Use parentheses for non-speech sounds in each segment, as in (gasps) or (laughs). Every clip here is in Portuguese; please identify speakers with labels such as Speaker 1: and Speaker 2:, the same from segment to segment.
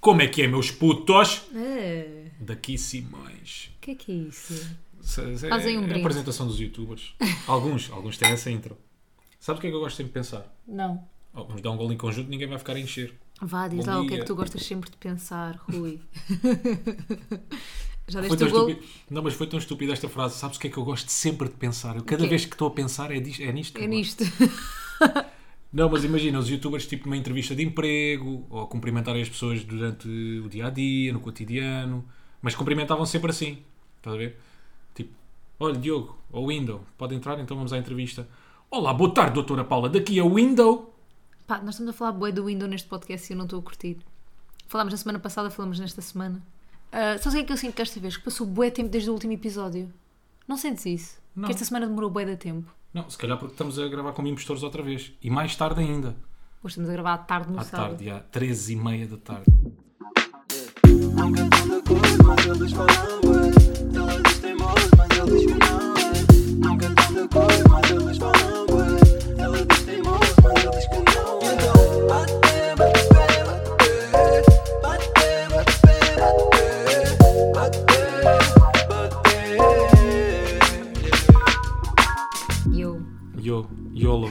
Speaker 1: Como é que é, meus putos?
Speaker 2: Ah,
Speaker 1: Daqui Simões.
Speaker 2: O que é que é isso?
Speaker 1: Se- é-
Speaker 2: Fazem um
Speaker 1: é a
Speaker 2: brinde.
Speaker 1: apresentação dos youtubers. Alguns, alguns têm essa intro. Sabes o que é que eu gosto sempre de pensar?
Speaker 2: Não.
Speaker 1: Oh, vamos dar um gol em conjunto, ninguém vai ficar a encher.
Speaker 2: Vá, diz
Speaker 1: Bom
Speaker 2: lá o que é
Speaker 1: dia.
Speaker 2: que tu gostas sempre de pensar,
Speaker 1: (laughs)
Speaker 2: Rui. Já
Speaker 1: Foi
Speaker 2: deste
Speaker 1: tão
Speaker 2: o gol?
Speaker 1: estúpido. Não, mas foi tão estúpida esta frase. Sabes o que é que eu gosto sempre de pensar? Eu, cada
Speaker 2: quê?
Speaker 1: vez que estou a pensar é, dis- é nisto.
Speaker 2: É
Speaker 1: amor.
Speaker 2: nisto. (laughs)
Speaker 1: Não, mas imagina, os youtubers, tipo numa entrevista de emprego, ou a cumprimentarem as pessoas durante o dia a dia, no cotidiano, mas cumprimentavam sempre assim. Estás a ver? Tipo, olha, Diogo, ou Window, pode entrar, então vamos à entrevista. Olá, boa tarde, doutora Paula, daqui é o Window.
Speaker 2: Pá, nós estamos a falar bué do Windows neste podcast e eu não estou a curtir. Falámos na semana passada, falamos nesta semana. Ah, sabes o que é que eu sinto desta vez? Que passou bué tempo desde o último episódio. Não sentes isso?
Speaker 1: Não.
Speaker 2: Que esta semana demorou bué de tempo.
Speaker 1: Não, se calhar porque estamos a gravar como impostores outra vez. E mais tarde ainda.
Speaker 2: Hoje estamos a gravar à tarde no
Speaker 1: À
Speaker 2: sábado.
Speaker 1: tarde, às 13 e meia da tarde.
Speaker 3: Nunca estão de acordo, mas eles falam bué. Elas dizem moço, mas eles que não é. Nunca estão de acordo, mas eles falam bué. Elas dizem moço, mas eles que não é. Então, bate, bate, bate, bate. Bate, bate, bate, bate. Bate, yeah.
Speaker 2: E eu.
Speaker 1: Yo, YOLO.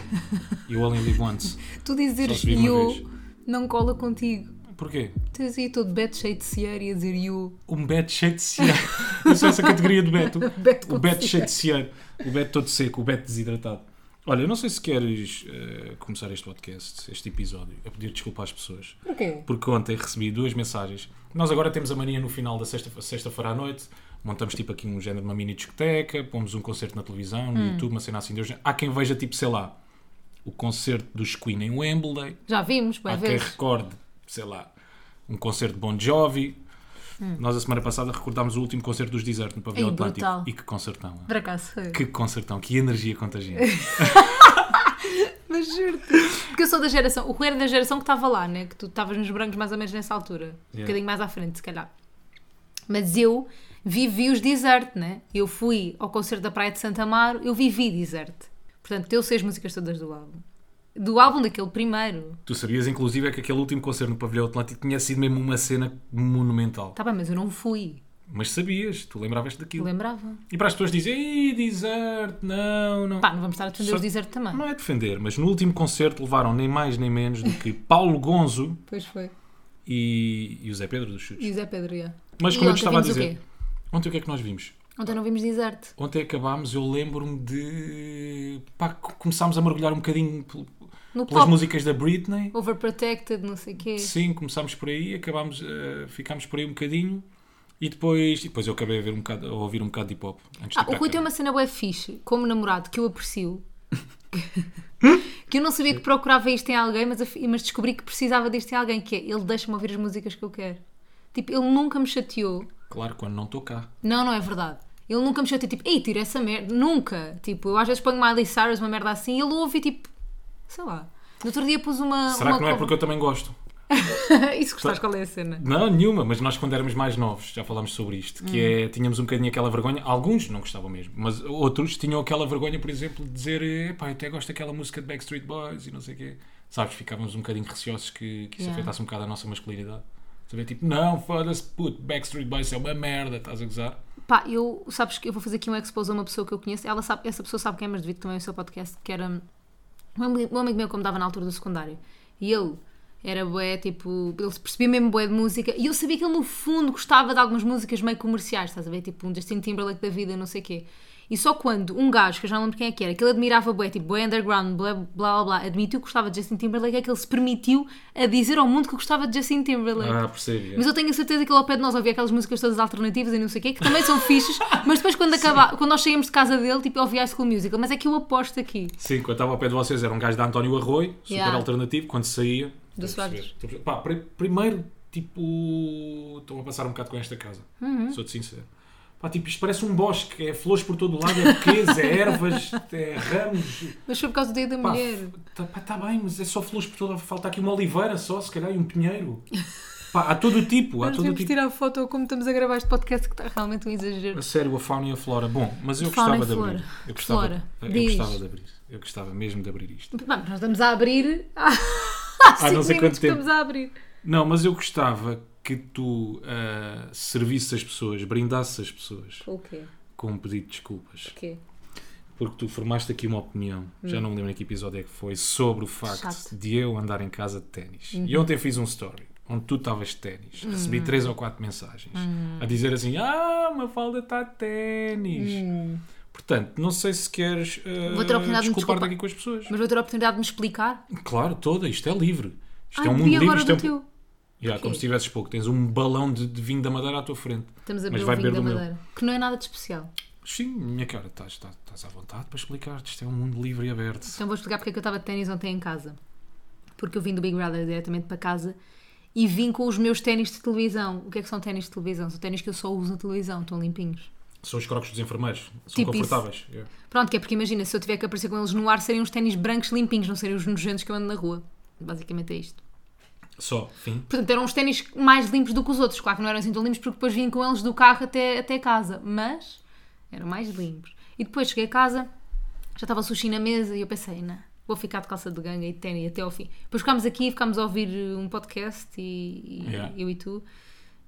Speaker 1: You only live once.
Speaker 2: Tu
Speaker 1: Só
Speaker 2: dizeres
Speaker 1: se vi uma
Speaker 2: eu
Speaker 1: vez.
Speaker 2: não cola contigo.
Speaker 1: Porquê?
Speaker 2: Tu és aí todo beto cheio de cieira e a dizer eu.
Speaker 1: Um Beto cheio de ciano. (laughs) Eu sou essa categoria de Beto.
Speaker 2: (laughs) Beto com
Speaker 1: o Beto
Speaker 2: ciano.
Speaker 1: cheio de ciano. O Beto todo seco, o Beto desidratado. Olha, eu não sei se queres eh, começar este podcast, este episódio, a pedir desculpa às pessoas.
Speaker 2: Porquê?
Speaker 1: Porque ontem recebi duas mensagens. Nós agora temos a mania no final da sexta- sexta-feira à noite. Montamos tipo aqui um género, de uma mini discoteca, pomos um concerto na televisão, no
Speaker 2: Hum.
Speaker 1: YouTube, uma cena assim de hoje. Há quem veja tipo, sei lá, o concerto dos Queen em Wembley.
Speaker 2: Já vimos, bué
Speaker 1: Há quem
Speaker 2: vezes.
Speaker 1: recorde, sei lá, um concerto de Bon Jovi. Nós, a semana passada, recordámos o último concerto dos Desert no Pavilhão
Speaker 2: Ei,
Speaker 1: Atlântico.
Speaker 2: brutal.
Speaker 1: E que concertão! ah.
Speaker 2: Por acaso foi.
Speaker 1: Que concertão, que energia
Speaker 2: (laughs)
Speaker 1: contagiante.
Speaker 2: Mas juro-te. Porque eu sou da geração. O Rui era da geração que estava lá, né? Que tu estavas nos brancos mais ou menos nessa altura. Um
Speaker 1: Yeah.
Speaker 2: bocadinho mais à frente, se calhar. Mas eu vivi os Desert, né? Eu fui ao concerto da Praia de Santa Amaro, eu vivi Desert. Portanto, eu sei as músicas todas do álbum. Do álbum daquele primeiro.
Speaker 1: tu sabias, inclusive, é que aquele último concerto no Pavilhão Atlântico tinha sido mesmo uma cena monumental.
Speaker 2: Tá bem, mas eu não fui.
Speaker 1: Mas sabias, tu lembravas daquilo.
Speaker 2: Lembrava.
Speaker 1: E para as pessoas dizem, Ei, Desert, não, não.
Speaker 2: Pá, não vamos estar a defender
Speaker 1: Só-
Speaker 2: os Desert também.
Speaker 1: Não é defender, mas no último concerto levaram nem mais nem menos do que Paulo Gonzo
Speaker 2: Pois foi.
Speaker 1: e, e o Zé Pedro dos Chutes.
Speaker 2: E o Zé Pedro, yeah.
Speaker 1: Mas
Speaker 2: E
Speaker 1: como eu te estava
Speaker 2: ontem
Speaker 1: a
Speaker 2: vimos o
Speaker 1: dizer,
Speaker 2: quê?
Speaker 1: ontem o que é que nós vimos?
Speaker 2: Ontem não vimos Desert.
Speaker 1: Ontem acabámos, eu lembro-me de. pá, co- começámos a mergulhar um bocadinho pel-
Speaker 2: No
Speaker 1: pelas
Speaker 2: pop.
Speaker 1: músicas da Britney.
Speaker 2: Overprotected, não sei o quê.
Speaker 1: Sim, começámos por aí, acabámos, eh, ficámos por aí um bocadinho e depois, e depois eu acabei a, ver um bocado, a ouvir um bocado de hip hop. Antes
Speaker 2: Ah,
Speaker 1: de ir
Speaker 2: o
Speaker 1: para
Speaker 2: Rui
Speaker 1: a
Speaker 2: tem
Speaker 1: cama.
Speaker 2: uma cena bué fixe, como namorado, que eu aprecio.
Speaker 1: Hum?
Speaker 2: que eu não sabia que procurava isto em alguém, mas, af- mas descobri que precisava disto em alguém, que é, ele deixa-me ouvir as músicas que eu quero. Tipo, ele nunca me chateou.
Speaker 1: Claro, quando não estou cá.
Speaker 2: Não, não é verdade. Ele nunca me chateou, tipo, ei, tira essa merda. Nunca. Tipo, eu às vezes ponho Miley Cyrus, uma merda assim, e ele ouve e tipo, sei lá. No outro dia pus uma...
Speaker 1: Será
Speaker 2: uma
Speaker 1: que não é
Speaker 2: cover-
Speaker 1: porque eu também gosto?
Speaker 2: (laughs) e se gostares qual é a cena?
Speaker 1: Não, nenhuma, mas nós quando éramos mais novos já falámos sobre isto, que é, tínhamos um bocadinho aquela vergonha, alguns não gostavam mesmo, mas outros tinham aquela vergonha, por exemplo, de dizer, eh, pá, eu até gosto daquela música de Backstreet Boys e não sei o quê. Sabes, ficávamos um bocadinho receosos que, que isso
Speaker 2: Yeah.
Speaker 1: afetasse um bocado a nossa masculinidade. Saber, tipo, não, foda-se, puto, Backstreet Boys é uma merda, estás a gozar.
Speaker 2: Pá, eu, sabes que eu vou fazer aqui um expose a uma pessoa que eu conheço. Ela sabe, essa pessoa sabe quem é, mas devido também ao seu podcast, que era um ami- um amigo meu que me dava na altura do secundário. E ele era bué, tipo, ele percebia mesmo bué de música. E eu sabia que ele, no fundo, gostava de algumas músicas meio comerciais, estás a ver? Tipo, um Justin Timberlake da vida, não sei o quê. E só quando um gajo, que eu já não lembro quem é que era, que ele admirava bué, tipo, bué underground, bué, blá blá blá, admitiu que gostava de Justin Timberlake, é que ele se permitiu a dizer ao mundo que gostava de Justin Timberlake.
Speaker 1: Ah, percebo.
Speaker 2: Mas eu tenho a certeza que ele ao pé de nós ouvia aquelas músicas todas alternativas e não sei o quê, que também são fixas, (laughs) mas depois quando, acaba, quando nós saímos de casa dele, tipo, eu ouvia High School Musical. Mas é que eu aposto aqui.
Speaker 1: Sim, quando eu estava ao pé de vocês era um gajo de António Arroio, super
Speaker 2: Yeah.
Speaker 1: alternativo, quando saía.
Speaker 2: Do
Speaker 1: Estou a perceber,
Speaker 2: Soares.
Speaker 1: estou a perceber. Pá, pri- primeiro, tipo, estou a passar um bocado com esta casa,
Speaker 2: Uhum.
Speaker 1: sou-te sincero. Pá, tipo, isto parece um bosque, é flores por todo o lado, é buquês, é ervas, (laughs) é ramos.
Speaker 2: Mas foi por causa do dia da
Speaker 1: Pá,
Speaker 2: mulher.
Speaker 1: tá, pá, tá bem, mas é só flores por todo lado, falta aqui uma oliveira só, se calhar, e um pinheiro. Pá, há todo o tipo, há
Speaker 2: Nós
Speaker 1: todo o
Speaker 2: temos que
Speaker 1: tipo.
Speaker 2: tirar foto como estamos a gravar este podcast, que está realmente um exagero.
Speaker 1: A sério, a fauna e a flora. Bom, mas eu
Speaker 2: Fauna
Speaker 1: gostava de
Speaker 2: e
Speaker 1: abrir.
Speaker 2: flora.
Speaker 1: Eu gostava,
Speaker 2: Flora,
Speaker 1: eu
Speaker 2: diz.
Speaker 1: gostava de abrir. Eu gostava mesmo de abrir isto.
Speaker 2: Pá, mas nós estamos a abrir (laughs) há, há cinco
Speaker 1: Ah, não sei
Speaker 2: minutos
Speaker 1: quanto
Speaker 2: que
Speaker 1: tempo.
Speaker 2: estamos a abrir.
Speaker 1: Não, mas eu gostava que tu ah, servisses as pessoas, brindasses as pessoas
Speaker 2: Com o quê?
Speaker 1: com um pedido de desculpas.
Speaker 2: O quê?
Speaker 1: Porque tu formaste aqui uma opinião, já não me lembro em que episódio é que foi, sobre o facto
Speaker 2: Hum. Chato. Uhum.
Speaker 1: de eu andar em casa de ténis. E ontem fiz um story onde tu estavas de ténis. Recebi
Speaker 2: Hum.
Speaker 1: três ou quatro mensagens a dizer assim: Ah, uma falda está de ténis. Portanto, não sei se queres ah,
Speaker 2: Hum. Vou ter a oportunidade de me
Speaker 1: desculpar-te
Speaker 2: desculpar.
Speaker 1: aqui com as pessoas.
Speaker 2: Mas vou ter a oportunidade de me explicar?
Speaker 1: Claro, toda, isto é livre. Isto
Speaker 2: Ah,
Speaker 1: é um mundo
Speaker 2: e
Speaker 1: livre.
Speaker 2: agora
Speaker 1: Isto é
Speaker 2: do
Speaker 1: um-
Speaker 2: teu?
Speaker 1: Yeah,
Speaker 2: Porquê?
Speaker 1: como se tivesses pouco, tens um balão de, de vinho da Madeira à tua frente.
Speaker 2: Estamos a
Speaker 1: Mas
Speaker 2: beber
Speaker 1: vai
Speaker 2: o vinho
Speaker 1: beber
Speaker 2: da
Speaker 1: do meu.
Speaker 2: Madeira. Que não é nada de especial.
Speaker 1: Sim, minha cara, estás, estás, estás à vontade para explicar-te. Isto é um mundo livre e aberto.
Speaker 2: Então vou explicar porque é que eu estava de ténis ontem em casa. Porque eu vim do Big Brother diretamente para casa e vim com os meus ténis de televisão. O que é que são ténis de televisão? São ténis que eu só uso na televisão, estão limpinhos.
Speaker 1: São os crocos dos enfermeiros, são
Speaker 2: Tipo
Speaker 1: confortáveis. Yeah.
Speaker 2: Pronto, que é porque imagina, se eu tiver que aparecer com eles no ar, seriam uns ténis brancos limpinhos, não seriam os nojentos que eu ando na rua. Basicamente é isto.
Speaker 1: Só, fim.
Speaker 2: Portanto, eram uns ténis mais limpos do que os outros. Claro que não eram assim tão limpos, porque depois vim com eles do carro até, até casa. Mas eram mais limpos. E depois cheguei a casa, já estava sushi na mesa e eu pensei, não, vou ficar de calça de ganga e de ténis até ao fim. Depois ficámos aqui, ficámos a ouvir um podcast e, e-
Speaker 1: Yeah.
Speaker 2: eu e tu.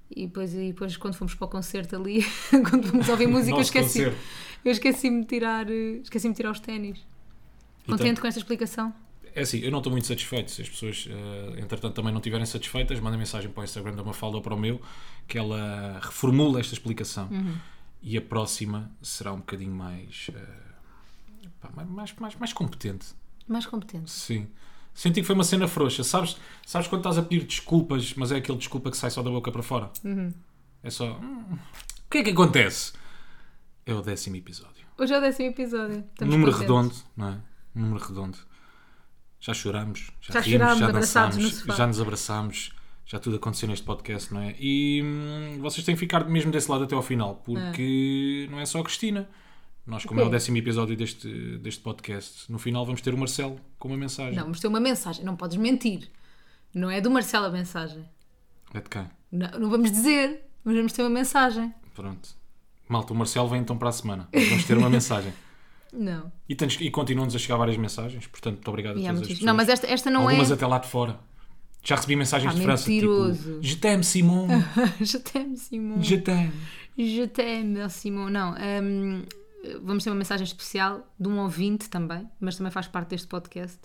Speaker 2: E depois, e depois quando fomos para o concerto ali, (laughs) quando
Speaker 1: (laughs)
Speaker 2: fomos ouvir música, eu
Speaker 1: Nosso
Speaker 2: esqueci.
Speaker 1: concerto.
Speaker 2: Eu esqueci-me de tirar, eh, esqueci-me de tirar os ténis. Contente com esta explicação?
Speaker 1: É assim, eu não estou muito satisfeito. Se as pessoas, eh, entretanto, também não estiverem satisfeitas, manda mensagem para o Instagram da Mafalda ou para o meu, que ela reformula esta explicação.
Speaker 2: Uhum.
Speaker 1: E a próxima será um bocadinho mais, eh, pá, mais- mais, mais, mais competente.
Speaker 2: Mais competente.
Speaker 1: Sim. Senti que foi uma cena frouxa. Sabes, sabes quando estás a pedir desculpas, mas é aquele desculpa que sai só da boca para fora?
Speaker 2: Uhum.
Speaker 1: É só. "Hum, O que é que acontece? É o décimo episódio.
Speaker 2: Hoje é o décimo episódio. Estamos
Speaker 1: Número
Speaker 2: contentes.
Speaker 1: redondo, não é? Número redondo. Já chorámos, já,
Speaker 2: Já
Speaker 1: rimos,
Speaker 2: chorámos,
Speaker 1: já
Speaker 2: abraçados no
Speaker 1: dançámos,
Speaker 2: sofá.
Speaker 1: já nos abraçámos, já tudo aconteceu neste podcast, não é? E hum, vocês têm que ficar mesmo desse lado até ao final, porque não é só a Cristina. Nós, como
Speaker 2: quê?
Speaker 1: é o décimo episódio deste, deste podcast, no final vamos ter o Marcelo com uma mensagem.
Speaker 2: Não, mas tem uma mensagem, não podes mentir. Não é do Marcelo a mensagem.
Speaker 1: É de quem?
Speaker 2: Não, não vamos dizer, mas vamos ter uma mensagem.
Speaker 1: Pronto. Malta, o Marcelo vem então para a semana. Vamos
Speaker 2: (laughs)
Speaker 1: ter uma mensagem.
Speaker 2: Não.
Speaker 1: E, tens- e continuam-nos a chegar várias mensagens, portanto, muito obrigado a
Speaker 2: E é
Speaker 1: todas
Speaker 2: muito
Speaker 1: as
Speaker 2: fixe.
Speaker 1: pessoas.
Speaker 2: não, mas esta, esta não (laughs)
Speaker 1: Algumas
Speaker 2: é.
Speaker 1: até lá de fora. Já recebi mensagens
Speaker 2: Ah,
Speaker 1: de França,
Speaker 2: mentiroso. Ah.
Speaker 1: tipo... Je t'aime, Simon.
Speaker 2: Je t'aime, Simon.
Speaker 1: Je t'aime.
Speaker 2: Je t'aime, Simon. Não. hum, vamos ter uma mensagem especial de um ouvinte também, mas também faz parte deste podcast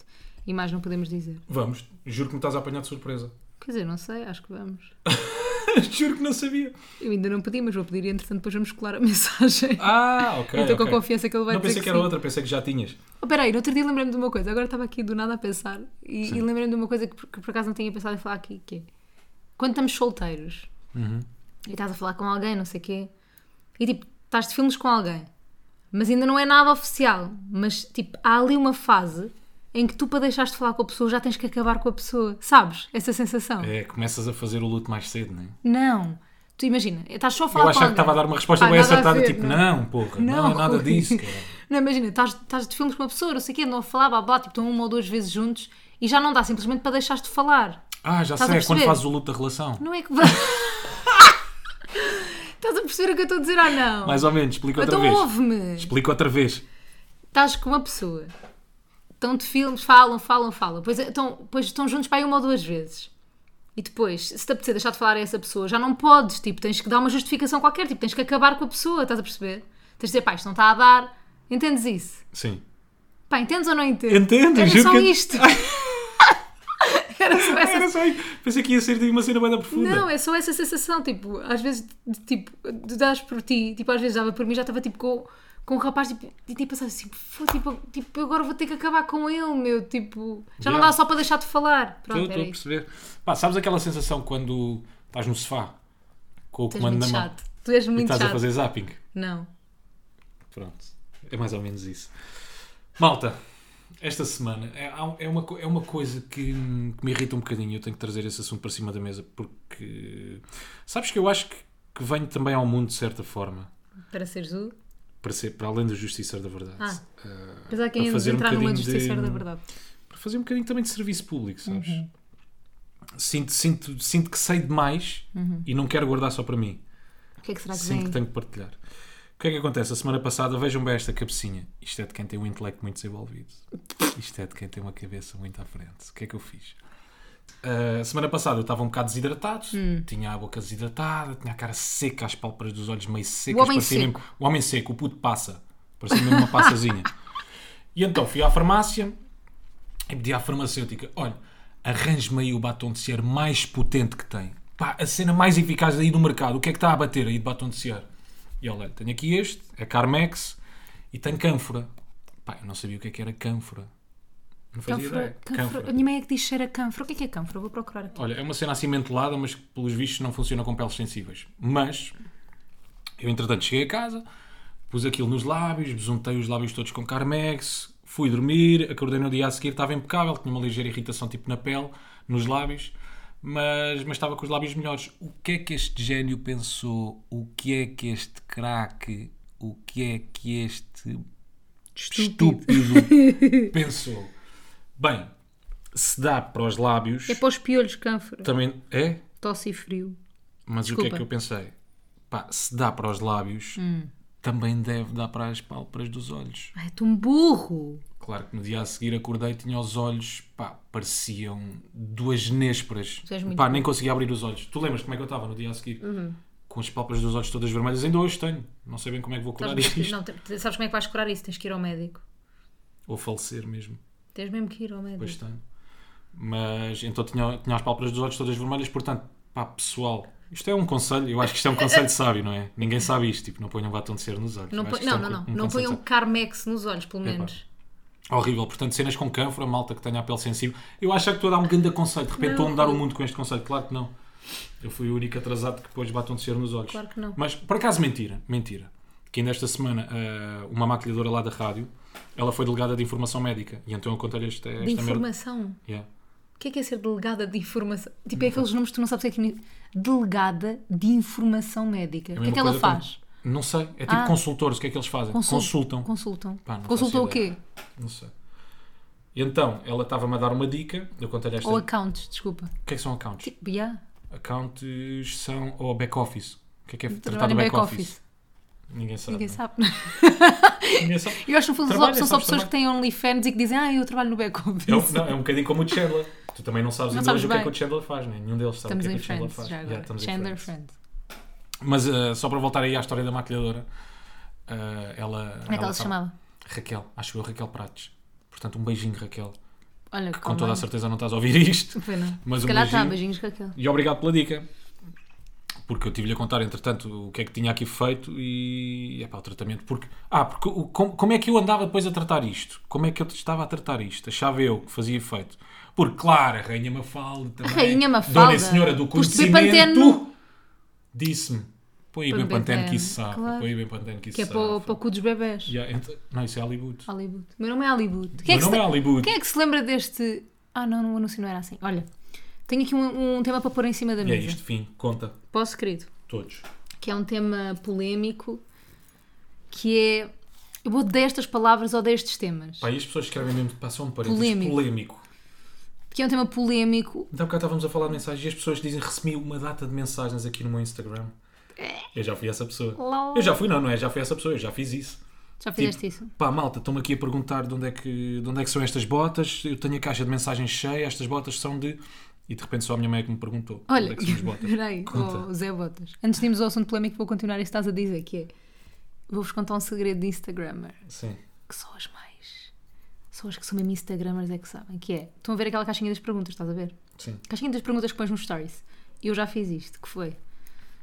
Speaker 2: e mais não podemos dizer.
Speaker 1: Vamos. Juro que me estás a apanhar de
Speaker 2: (laughs)
Speaker 1: surpresa.
Speaker 2: Quer dizer, não sei, acho que vamos.
Speaker 1: Juro que não sabia.
Speaker 2: Eu ainda não pedi, mas vou pedir e entretanto depois vamos colar a (laughs) mensagem.
Speaker 1: Ah, ok.
Speaker 2: Eu estou
Speaker 1: ok.
Speaker 2: com confiança que ele vai
Speaker 1: Não
Speaker 2: dizer
Speaker 1: pensei que,
Speaker 2: que
Speaker 1: era
Speaker 2: sim.
Speaker 1: outra, pensei que já tinhas.
Speaker 2: Oh, peraí, no outro dia lembrei-me de uma coisa, agora estava aqui do nada a pensar e, e lembrei-me de uma coisa que, por- que por acaso não tinha pensado em falar aqui, que é quando estamos solteiros
Speaker 1: Uhum.
Speaker 2: e estás a falar com alguém, não sei o quê, e tipo, estás de filmes com alguém, mas ainda não é nada oficial, mas tipo, há ali uma fase em que tu para deixares de falar com a pessoa já tens que acabar com a pessoa, sabes? Essa sensação.
Speaker 1: É, começas a fazer o luto mais cedo, não é?
Speaker 2: Não. Tu imagina, estás só a
Speaker 1: Eu
Speaker 2: falar com
Speaker 1: achava que
Speaker 2: alguém.
Speaker 1: estava a dar uma resposta
Speaker 2: Tá, Ah,
Speaker 1: bem
Speaker 2: nada a
Speaker 1: acertada,
Speaker 2: ver,
Speaker 1: tipo,
Speaker 2: não.
Speaker 1: não, porra, não, é
Speaker 2: (laughs)
Speaker 1: nada
Speaker 2: Rui.
Speaker 1: disso, cara.
Speaker 2: Não, imagina, estás, estás de filmes com uma pessoa, não sei o quê, não a falar, blá blá, tipo, estão uma ou duas vezes juntos e já não dá simplesmente para deixares de falar.
Speaker 1: Ah, já
Speaker 2: Estás a
Speaker 1: sei, é quando
Speaker 2: perceber?
Speaker 1: fazes o luto da relação.
Speaker 2: Não é
Speaker 1: (laughs)
Speaker 2: que vai. estás a perceber o que eu estou a dizer ou não?
Speaker 1: Mais ou menos, explica outra
Speaker 2: então
Speaker 1: vez.
Speaker 2: ouve-me.
Speaker 1: Explica outra vez.
Speaker 2: Estás com uma pessoa, estão de filmes, falam, falam, falam, depois estão, depois estão juntos para aí uma ou duas vezes. E depois, se te apetecer deixar de falar a essa pessoa, já não podes, tipo, tens que dar uma justificação qualquer, tipo, tens que acabar com a pessoa, estás a perceber? Tens de dizer, pá, isto não está a dar. Entendes isso?
Speaker 1: Sim.
Speaker 2: Pá, entendes ou não entendes?
Speaker 1: Entendo,
Speaker 2: Era
Speaker 1: juro
Speaker 2: só
Speaker 1: que... (laughs)
Speaker 2: isto. Era só essa.
Speaker 1: Era só isso. Pensei que ia ser de uma cena bem profunda.
Speaker 2: Não, é só essa sensação, tipo, às vezes, de- tipo, de dás por ti, tipo, às vezes dava por mim, já estava, tipo, com, com um rapaz, tipo, e tipo, pensava assim, "Fô, tipo, tipo, eu agora vou ter que acabar com ele, meu, tipo, já não
Speaker 1: Yeah.
Speaker 2: dá só para deixar de falar.
Speaker 1: Estou
Speaker 2: Pronto,
Speaker 1: estou
Speaker 2: era
Speaker 1: a
Speaker 2: isso.
Speaker 1: perceber. Pá, sabes aquela sensação quando estás no sofá com o
Speaker 2: Tu és
Speaker 1: comando
Speaker 2: muito
Speaker 1: na mão
Speaker 2: chato. Tu és
Speaker 1: e
Speaker 2: muito
Speaker 1: estás
Speaker 2: chato.
Speaker 1: a fazer zapping?
Speaker 2: Não.
Speaker 1: Pronto. É mais ou menos isso. Malta, esta semana é, há um- é uma, co- é uma coisa que, hum, que me irrita um bocadinho. Eu tenho que trazer esse assunto para cima da mesa porque sabes que eu acho que, que venho também ao mundo de certa forma.
Speaker 2: Para seres o...
Speaker 1: Para, ser, para além do justiceiro da verdade.
Speaker 2: Ah.
Speaker 1: Ah,
Speaker 2: Apesar que
Speaker 1: Para
Speaker 2: ainda
Speaker 1: fazer um
Speaker 2: entrar numa
Speaker 1: bocadinho de-
Speaker 2: justiça da verdade.
Speaker 1: para fazer um bocadinho também de serviço público, sabes? Sinto, sinto, sinto que sei demais e não quero guardar só para mim.
Speaker 2: O que é que será que
Speaker 1: Sinto que
Speaker 2: vem?
Speaker 1: tenho que partilhar. O que é que acontece? A semana passada, vejam bem esta cabecinha. Isto é de quem tem um intelecto muito desenvolvido. Isto é de quem tem uma cabeça muito à frente. O que é que eu fiz? Uh, semana passada eu estava um bocado desidratado,
Speaker 2: Hum.
Speaker 1: tinha a boca desidratada, tinha a cara seca, as pálpebras dos olhos meio secas,
Speaker 2: O homem
Speaker 1: parecia
Speaker 2: seco.
Speaker 1: mesmo- o homem seco, o puto passa, parecia mesmo uma
Speaker 2: (laughs)
Speaker 1: passazinha. e então fui à farmácia e pedi à farmacêutica: olha, arranje-me aí o batom de cera mais potente que tem, Pá, a cena mais eficaz aí do mercado, o que é que está a bater aí de batom de cera? E olha, tenho aqui este, é Carmex e tem cânfora. Pá, eu não sabia o que é que era cânfora. Não fazia
Speaker 2: Cânfora,
Speaker 1: ideia.
Speaker 2: cânfora. A minha mãe é que diz cheira a cânfora. O que é que é cânfora? Vou procurar aqui.
Speaker 1: Olha, é uma cena assim mentelada, mas que pelos vistos não funciona com peles sensíveis. Mas eu entretanto cheguei a casa, pus aquilo nos lábios, besuntei os lábios todos com Carmex, fui dormir, acordei no dia a seguir, estava impecável, tinha uma ligeira irritação tipo na pele, nos lábios, mas, mas estava com os lábios melhores. O que é que este gênio pensou? O que é que este craque? O que é que este estúpido,
Speaker 2: (laughs)
Speaker 1: pensou? Bem, se dá para os lábios.
Speaker 2: É para os piolhos cânfora.
Speaker 1: Também é?
Speaker 2: Tosse e frio.
Speaker 1: Mas o que é
Speaker 2: Desculpa. Hum.
Speaker 1: que eu pensei? Pá, se dá para os lábios, também deve dar para as pálpebras dos olhos.
Speaker 2: Ai, tu um burro.
Speaker 1: Claro que no dia a seguir acordei e tinha os olhos, pá, pareciam duas nésperas.
Speaker 2: és muito Uhum.
Speaker 1: Pá, nem conseguia abrir os olhos. Tu lembras como é que eu estava no dia a seguir? Com as pálpebras dos olhos todas vermelhas. Ainda hoje tenho. Não sei bem como é que vou curar
Speaker 2: Sabes,
Speaker 1: isto.
Speaker 2: não, te- sabes como é que vais curar isso? Tens que ir ao médico.
Speaker 1: Ou falecer mesmo.
Speaker 2: Tens mesmo que ir ao médico.
Speaker 1: Pois tenho. Mas, então tinha, tinha as pálpebras dos olhos todas vermelhas. Portanto, pá, pessoal... Isto é um conselho, eu acho que isto é um conselho sábio, não é? Ninguém sabe isto, tipo, não ponham batom de cera nos olhos.
Speaker 2: Não,
Speaker 1: Eu acho
Speaker 2: põe-
Speaker 1: que isto
Speaker 2: não,
Speaker 1: é um
Speaker 2: não, não.
Speaker 1: con- um
Speaker 2: Não
Speaker 1: conselho
Speaker 2: ponham Carmex nos olhos, pelo menos.
Speaker 1: Horrível, portanto, cenas com cânfora, malta que tenha a pele sensível. Eu acho que estou a dar um grande conselho, de repente
Speaker 2: Não.
Speaker 1: estou a mudar o mundo com este conselho, claro que não. Eu fui o único atrasado que depois batom de cera nos olhos.
Speaker 2: Claro que não.
Speaker 1: Mas, por acaso, mentira, mentira. Que ainda esta semana, ah, uma maquilhadora lá da rádio, ela foi delegada de informação médica. E então eu conto-lhe esta, esta
Speaker 2: de
Speaker 1: merda.
Speaker 2: informação.
Speaker 1: Yeah.
Speaker 2: O que é que é ser delegada de informação? Tipo, é aqueles nomes que tu não sabes o que é que significa. Delegada de informação médica. o que é
Speaker 1: mesma
Speaker 2: que ela
Speaker 1: coisa como-
Speaker 2: faz?
Speaker 1: Não sei, é tipo
Speaker 2: Ah.
Speaker 1: consultores, o que é que eles fazem?
Speaker 2: Consul-
Speaker 1: Consultam.
Speaker 2: Consultam.
Speaker 1: Pá, não
Speaker 2: Consultam o
Speaker 1: faço ideia.
Speaker 2: quê?
Speaker 1: Não sei. E então, ela estava-me a dar uma dica, eu contei-lhe esta.
Speaker 2: Ou
Speaker 1: O
Speaker 2: accounts, desculpa.
Speaker 1: que é que são accounts?
Speaker 2: Tipo, yeah.
Speaker 1: Accounts são. ou back-office. O que é que é tratar
Speaker 2: Trabalho
Speaker 1: do
Speaker 2: em
Speaker 1: back-office?
Speaker 2: back-office.
Speaker 1: Ninguém sabe.
Speaker 2: Ninguém
Speaker 1: não é?
Speaker 2: sabe.
Speaker 1: Ninguém sabe. É
Speaker 2: Eu acho que no fundo só-
Speaker 1: Trabalho,
Speaker 2: são só
Speaker 1: sabes
Speaker 2: pessoas que têm OnlyFans e que dizem, ah, eu trabalho no
Speaker 1: É um,
Speaker 2: back-office.
Speaker 1: não, é um bocadinho como o Chandler. Tu também não sabes
Speaker 2: Não
Speaker 1: ainda
Speaker 2: sabes
Speaker 1: hoje o que é que
Speaker 2: bem.
Speaker 1: o Chandler faz, né? Nenhum deles sabe
Speaker 2: Estamos
Speaker 1: o que é
Speaker 2: em
Speaker 1: que o Chandler
Speaker 2: Friends,
Speaker 1: faz.
Speaker 2: já agora.
Speaker 1: estamos em
Speaker 2: Chandler
Speaker 1: Friends.
Speaker 2: Friends.
Speaker 1: Mas eh, só para voltar aí à história da maquilhadora, eh, ela.
Speaker 2: Como é que ela se
Speaker 1: estava-
Speaker 2: chamava?
Speaker 1: Raquel, acho eu Raquel Prates. Portanto, um beijinho, Raquel.
Speaker 2: Olha,
Speaker 1: Com toda a certeza não estás a ouvir isto.
Speaker 2: Foi não.
Speaker 1: Mas
Speaker 2: Se
Speaker 1: um
Speaker 2: calhar tá, está,
Speaker 1: beijinho.
Speaker 2: beijinhos Raquel.
Speaker 1: E obrigado pela dica. Porque eu tive-lhe a contar, entretanto, o que é que tinha aqui feito e é para o tratamento. Porque, ah, porque o- com- como é que eu andava depois a tratar isto? Como é que eu estava a tratar isto? Achava eu que fazia efeito. Porque, claro, a Rainha Mafalda também.
Speaker 2: Rainha Mafalda.
Speaker 1: Dona e Senhora do
Speaker 2: Pus-te bem
Speaker 1: Conhecimento.
Speaker 2: pantene.
Speaker 1: Disse-me. Põe aí
Speaker 2: Põe
Speaker 1: bem
Speaker 2: bem
Speaker 1: pantene que
Speaker 2: pantene,
Speaker 1: isso sabe.
Speaker 2: claro.
Speaker 1: Põe aí bem pantene que isso
Speaker 2: Que é
Speaker 1: sabe.
Speaker 2: para o- para o cu dos bebés.
Speaker 1: Yeah, ent- Não, isso é Hollywood.
Speaker 2: Hollywood. Meu nome é Hollywood.
Speaker 1: Meu nome é Hollywood.
Speaker 2: Quem é que se lembra deste. Ah, não, não, o anúncio não era assim. Olha, tenho aqui um, um tema para pôr em cima da
Speaker 1: E é
Speaker 2: mesa.
Speaker 1: isto, fim. Conta.
Speaker 2: Posso, querido?
Speaker 1: Todos.
Speaker 2: Que é um tema polémico. Que é. Eu odeio estas palavras, odeio estes temas.
Speaker 1: Pá, e as pessoas escrevem mesmo, passam um parênteses.
Speaker 2: Polémico.
Speaker 1: Polémico.
Speaker 2: Que é um tema polémico.
Speaker 1: Então, cá estávamos a falar de mensagens e as pessoas dizem recebi uma data de mensagens aqui no meu Instagram.
Speaker 2: É.
Speaker 1: Eu já fui essa pessoa.
Speaker 2: Lol.
Speaker 1: Eu já fui, não, não é? Já fui essa pessoa, eu já fiz isso.
Speaker 2: Já fizeste
Speaker 1: Tipo,
Speaker 2: isso?
Speaker 1: Pá, malta, estão-me aqui a perguntar de onde, é que, de onde é que são estas botas. Eu tenho a caixa de mensagens cheia, estas botas são de. E de repente só a minha mãe é que me perguntou. onde
Speaker 2: Olha,
Speaker 1: é que são as
Speaker 2: (laughs)
Speaker 1: botas. (laughs)
Speaker 2: peraí,
Speaker 1: Conta.
Speaker 2: oh, Zé Botas. Antes de irmos ao assunto polémico, vou continuar isto que estás a dizer, que é. Vou-vos contar um segredo de Instagrammer.
Speaker 1: Sim.
Speaker 2: que só as mais. Só as que são mesmo Instagramers é que sabem. Que é. Estão a ver aquela caixinha das perguntas, estás a ver?
Speaker 1: Sim.
Speaker 2: Caixinha das perguntas que pões nos stories. Eu já fiz isto, que foi.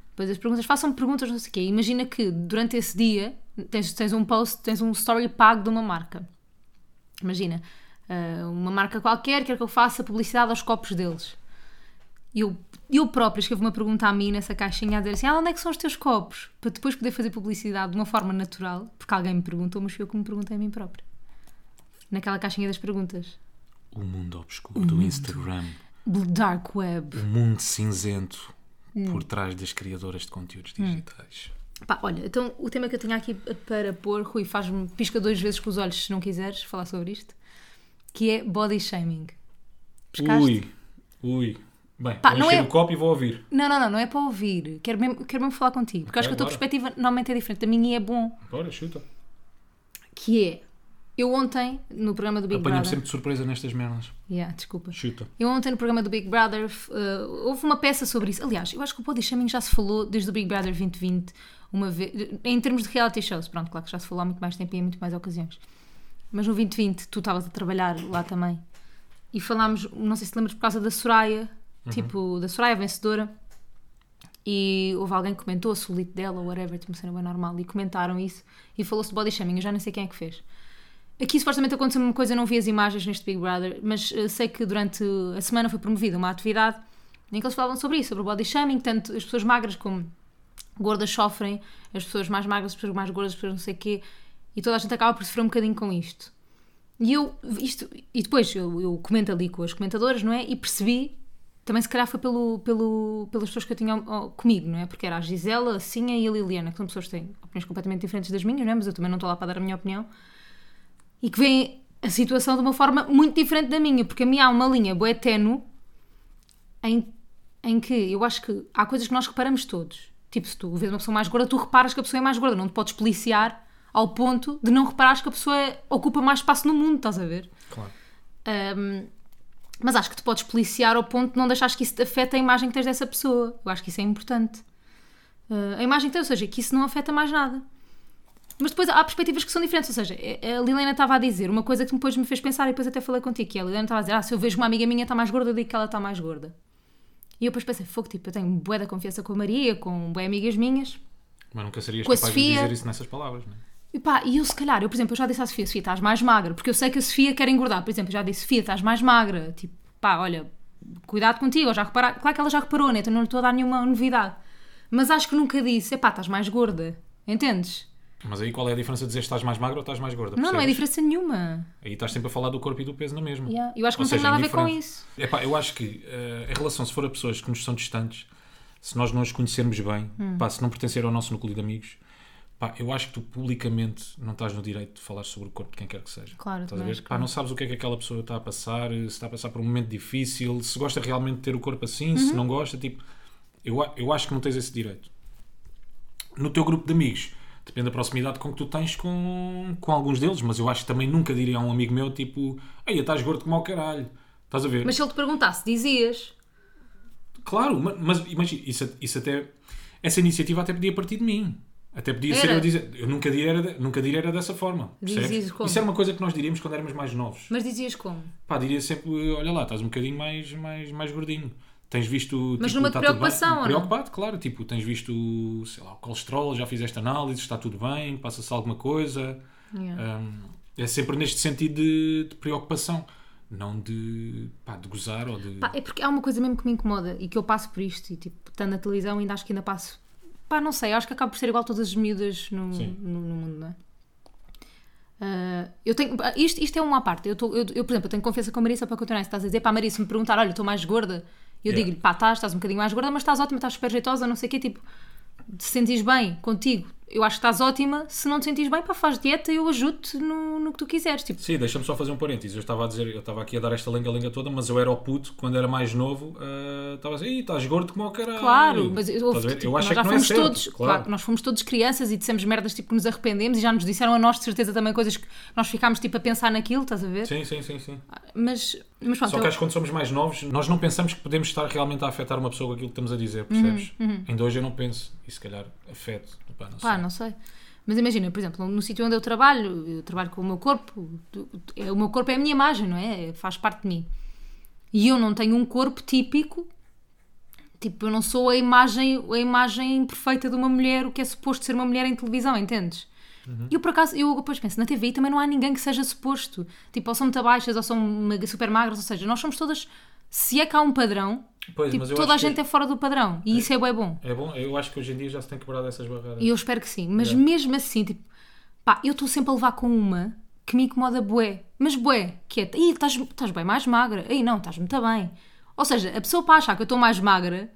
Speaker 2: Depois as perguntas, façam perguntas, não sei o quê. Imagina que durante esse dia tens, tens um post, tens um story pago de uma marca. Imagina, ah, uma marca qualquer quer que eu faça publicidade aos copos deles. E Eu, eu própria escrevo uma pergunta a mim nessa caixinha a dizer assim: ah, onde é que são os teus copos? Para depois poder fazer publicidade de uma forma natural, porque alguém me perguntou, mas fui eu que me perguntei a mim própria. Naquela caixinha das perguntas.
Speaker 1: O mundo obscuro do Instagram.
Speaker 2: Dark Web.
Speaker 1: O mundo cinzento
Speaker 2: Hum.
Speaker 1: por trás das criadoras de conteúdos digitais.
Speaker 2: Pá, olha, então o tema que eu tinha aqui para pôr, Rui, faz-me pisca duas vezes com os olhos se não quiseres falar sobre isto, que é body shaming. Pescaste?
Speaker 1: Ui, ui. Bem,
Speaker 2: Pá,
Speaker 1: vou
Speaker 2: não
Speaker 1: encher
Speaker 2: é-
Speaker 1: o copo e vou ouvir.
Speaker 2: Não, não, não, não é para ouvir. Quero mesmo, quero mesmo falar contigo, porque eu acho que
Speaker 1: Ok,
Speaker 2: a tua
Speaker 1: bora.
Speaker 2: perspectiva normalmente é diferente da minha e é bom.
Speaker 1: Bora, chuta.
Speaker 2: Que é Eu ontem, no programa do Big
Speaker 1: Apanhamos
Speaker 2: Brother.
Speaker 1: sempre de surpresa nestas merdas.
Speaker 2: Yeah, desculpa.
Speaker 1: Chuta.
Speaker 2: Eu ontem no programa do Big Brother f- eh, houve uma peça sobre isso. Aliás, eu acho que o Body Shaming já se falou desde o Big Brother 2020, uma vez, em termos de reality shows. Pronto, claro que já se falou há muito mais tempo e em muito mais ocasiões. Mas no 2020 tu estavas a trabalhar lá também e falámos, não sei se te lembras, por causa da Soraya, tipo, da Soraya vencedora. E houve alguém que comentou a solito dela, ou whatever, tipo, uma cena bem normal, e comentaram isso e falou-se de body shaming. Eu já não sei quem é que fez. Aqui supostamente aconteceu uma coisa, eu não vi as imagens neste Big Brother, mas eh, sei que durante a semana foi promovida uma atividade em que eles falavam sobre isso, sobre o body shaming, tanto as pessoas magras como gordas sofrem, as pessoas mais magras, as pessoas mais gordas, as pessoas não sei o quê, e toda a gente acaba por sofrer um bocadinho com isto. E eu, isto, e depois eu, eu comento ali com as comentadoras, não é? E percebi, também se calhar foi pelo, pelo, pelas pessoas que eu tinha ao- ao- comigo, não é? Porque era a Gisela, a Sinha e a Liliana, que são pessoas que têm opiniões completamente diferentes das minhas, não é? Mas eu também não estou lá para dar a minha opinião e que veem a situação de uma forma muito diferente da minha, porque a minha há uma linha bué ténue em, em que eu acho que há coisas que nós reparamos todos. Tipo, se tu vês uma pessoa mais gorda, tu reparas que a pessoa é mais gorda, não te podes policiar ao ponto de não reparares que a pessoa ocupa mais espaço no mundo, estás a ver?
Speaker 1: Claro.
Speaker 2: Ahm, mas acho que te podes policiar ao ponto de não deixares que isso te afeta a imagem que tens dessa pessoa. Eu acho que isso é importante. Ah, a imagem que tens, ou seja, que isso não afeta mais nada. Mas depois há perspectivas que são diferentes. Ou seja, eh, a Lilena estava a dizer uma coisa que depois me fez pensar e depois até falei contigo, que a Lilena estava a dizer, ah, se eu vejo que uma amiga minha está mais gorda, eu digo que ela está mais gorda. E eu depois pensei, fogo, tipo, eu tenho bué da confiança com a Maria, com bué amigas minhas.
Speaker 1: Mas nunca serias
Speaker 2: Com a
Speaker 1: capaz de
Speaker 2: Sofia.
Speaker 1: dizer isso nessas palavras, não é?
Speaker 2: E pá, e eu se calhar, eu por exemplo, eu já disse à Sofia, Sofia, estás mais magra, porque eu sei que a Sofia quer engordar, por exemplo, eu já disse, Sofia, estás mais magra, tipo, pá, olha, cuidado contigo, eu já reparar, claro que ela já reparou, né? Então não lhe estou a dar nenhuma novidade, mas acho que nunca disse, epá, estás mais gorda, entendes?
Speaker 1: Mas aí qual é a diferença de dizer estás mais magra ou estás mais gorda?
Speaker 2: Não, não é
Speaker 1: percebes?
Speaker 2: diferença nenhuma.
Speaker 1: Aí estás sempre a falar do corpo e do peso na mesma.
Speaker 2: Yeah, Eu acho que
Speaker 1: Ou
Speaker 2: não tem
Speaker 1: seja, é
Speaker 2: nada a ver com
Speaker 1: indiferente.
Speaker 2: isso.
Speaker 1: Epá, eu acho que eh, em relação, se for a pessoas que nos são distantes, se nós não os conhecermos bem,
Speaker 2: Hum.
Speaker 1: pá, se não pertencer ao nosso núcleo de amigos, pá, eu acho que tu publicamente não estás no direito de falar sobre o corpo de quem quer que seja.
Speaker 2: Claro,
Speaker 1: Estás a
Speaker 2: também
Speaker 1: ver?
Speaker 2: acho que
Speaker 1: Pá, não sabes o que é que aquela pessoa está a passar, se está a passar por um momento difícil, se gosta realmente de ter o corpo assim,
Speaker 2: Uhum.
Speaker 1: se não gosta, tipo, eu, a- eu acho que não tens esse direito. No teu grupo de amigos, depende da proximidade com que tu tens com, com alguns deles, mas eu acho que também nunca diria a um amigo meu, tipo, ei, estás gordo como ao caralho. Estás a ver?
Speaker 2: Mas se ele te perguntasse, dizias,
Speaker 1: Claro, ma- mas imagina, isso, isso até. Essa iniciativa até podia partir de mim. Até podia ser
Speaker 2: Era.
Speaker 1: eu dizer. Eu nunca diria era, de- nunca diria era dessa forma.
Speaker 2: Dizes
Speaker 1: percebes?
Speaker 2: isso como?
Speaker 1: Isso era uma coisa que nós diríamos quando éramos mais novos.
Speaker 2: mas dizias como?
Speaker 1: Pá, diria sempre: olha lá, estás um bocadinho mais, mais, mais gordinho. Tens visto.
Speaker 2: Mas
Speaker 1: tipo,
Speaker 2: numa de
Speaker 1: está tudo bem?
Speaker 2: preocupação, ou não?
Speaker 1: Preocupado, claro. Tipo, tens visto, sei lá, o colesterol, já fizeste análise, está tudo bem, passa-se alguma coisa. Hum, é sempre neste sentido de, de preocupação. Não de. pá, de gozar ou de.
Speaker 2: Pá, é porque há uma coisa mesmo que me incomoda e que eu passo por isto e tipo, estando na televisão ainda acho que ainda passo. Pá, não sei, eu acho que acabo por ser igual a todas as miúdas no,
Speaker 1: Sim.
Speaker 2: no, no mundo, não é? Ah, eu tenho, ah, isto, isto é uma à parte. Eu, tô- eu- eu, por exemplo, eu tenho confiança com a Marisa para continuar. Se estás a dizer, pá, Marisa, se me perguntar, olha, estou mais gorda, eu
Speaker 1: Yeah.
Speaker 2: digo-lhe, pá, estás, estás um bocadinho mais gorda, mas estás ótima, estás super jeitosa, não sei o quê, tipo, te sentires bem contigo, eu acho que estás ótima. Se não te sentires bem, pá, faz dieta, eu ajudo-te no, no que tu quiseres. Tipo,
Speaker 1: Sim, deixa-me só fazer um parênteses. Eu estava a dizer, eu estava aqui a dar esta lenga-lenga toda, mas eu era o puto, quando era mais novo, ah, estava assim, "Ih, estás gordo como o caralho.
Speaker 2: Claro, mas
Speaker 1: Estás
Speaker 2: eu,
Speaker 1: a ver?
Speaker 2: tipo,
Speaker 1: Eu
Speaker 2: nós
Speaker 1: acho é
Speaker 2: já
Speaker 1: que não é
Speaker 2: fomos
Speaker 1: certo,
Speaker 2: todos, claro. que nós fomos todos crianças e dissemos merdas tipo que nos arrependemos e já nos disseram a nós de certeza também coisas que nós ficámos tipo a pensar naquilo, estás a ver?
Speaker 1: Sim, sim, sim, sim.
Speaker 2: Ah, Mas, mas pronto,
Speaker 1: Só
Speaker 2: eu-
Speaker 1: que acho que quando somos mais novos, nós não pensamos que podemos estar realmente a afetar uma pessoa com aquilo que estamos a dizer,
Speaker 2: Uhum,
Speaker 1: percebes? Ainda hoje eu não penso, e se calhar afeto. Pá, não
Speaker 2: pá,
Speaker 1: sei.
Speaker 2: não sei. Mas imagina, por exemplo, no sítio onde eu trabalho, eu trabalho com o meu corpo, tu- tu- é- o meu corpo é a minha imagem, não é? Faz parte de mim. E eu não tenho um corpo típico, tipo, eu não sou a imagem, a imagem perfeita de uma mulher, o que é suposto ser uma mulher em televisão, entendes?
Speaker 1: Uhum.
Speaker 2: E eu por acaso, eu depois penso, na TVI também não há ninguém que seja suposto. Tipo, ou são muito baixas, ou são mega- super magras, ou seja, nós somos todas, se é que há um padrão,
Speaker 1: Pois,
Speaker 2: tipo,
Speaker 1: mas eu
Speaker 2: toda a
Speaker 1: acho que-
Speaker 2: gente é fora do padrão. E isso é bem bom.
Speaker 1: É bom, eu acho que hoje em dia já se tem quebrado essas barreiras.
Speaker 2: E eu espero que sim. Mas mesmo assim, tipo, pá, eu estou sempre a levar com uma que me incomoda bué. Mas bué, que é, "Ih, estás- estás bem mais magra. Ei, não, estás muito bem. Ou seja, a pessoa para achar que eu estou mais magra,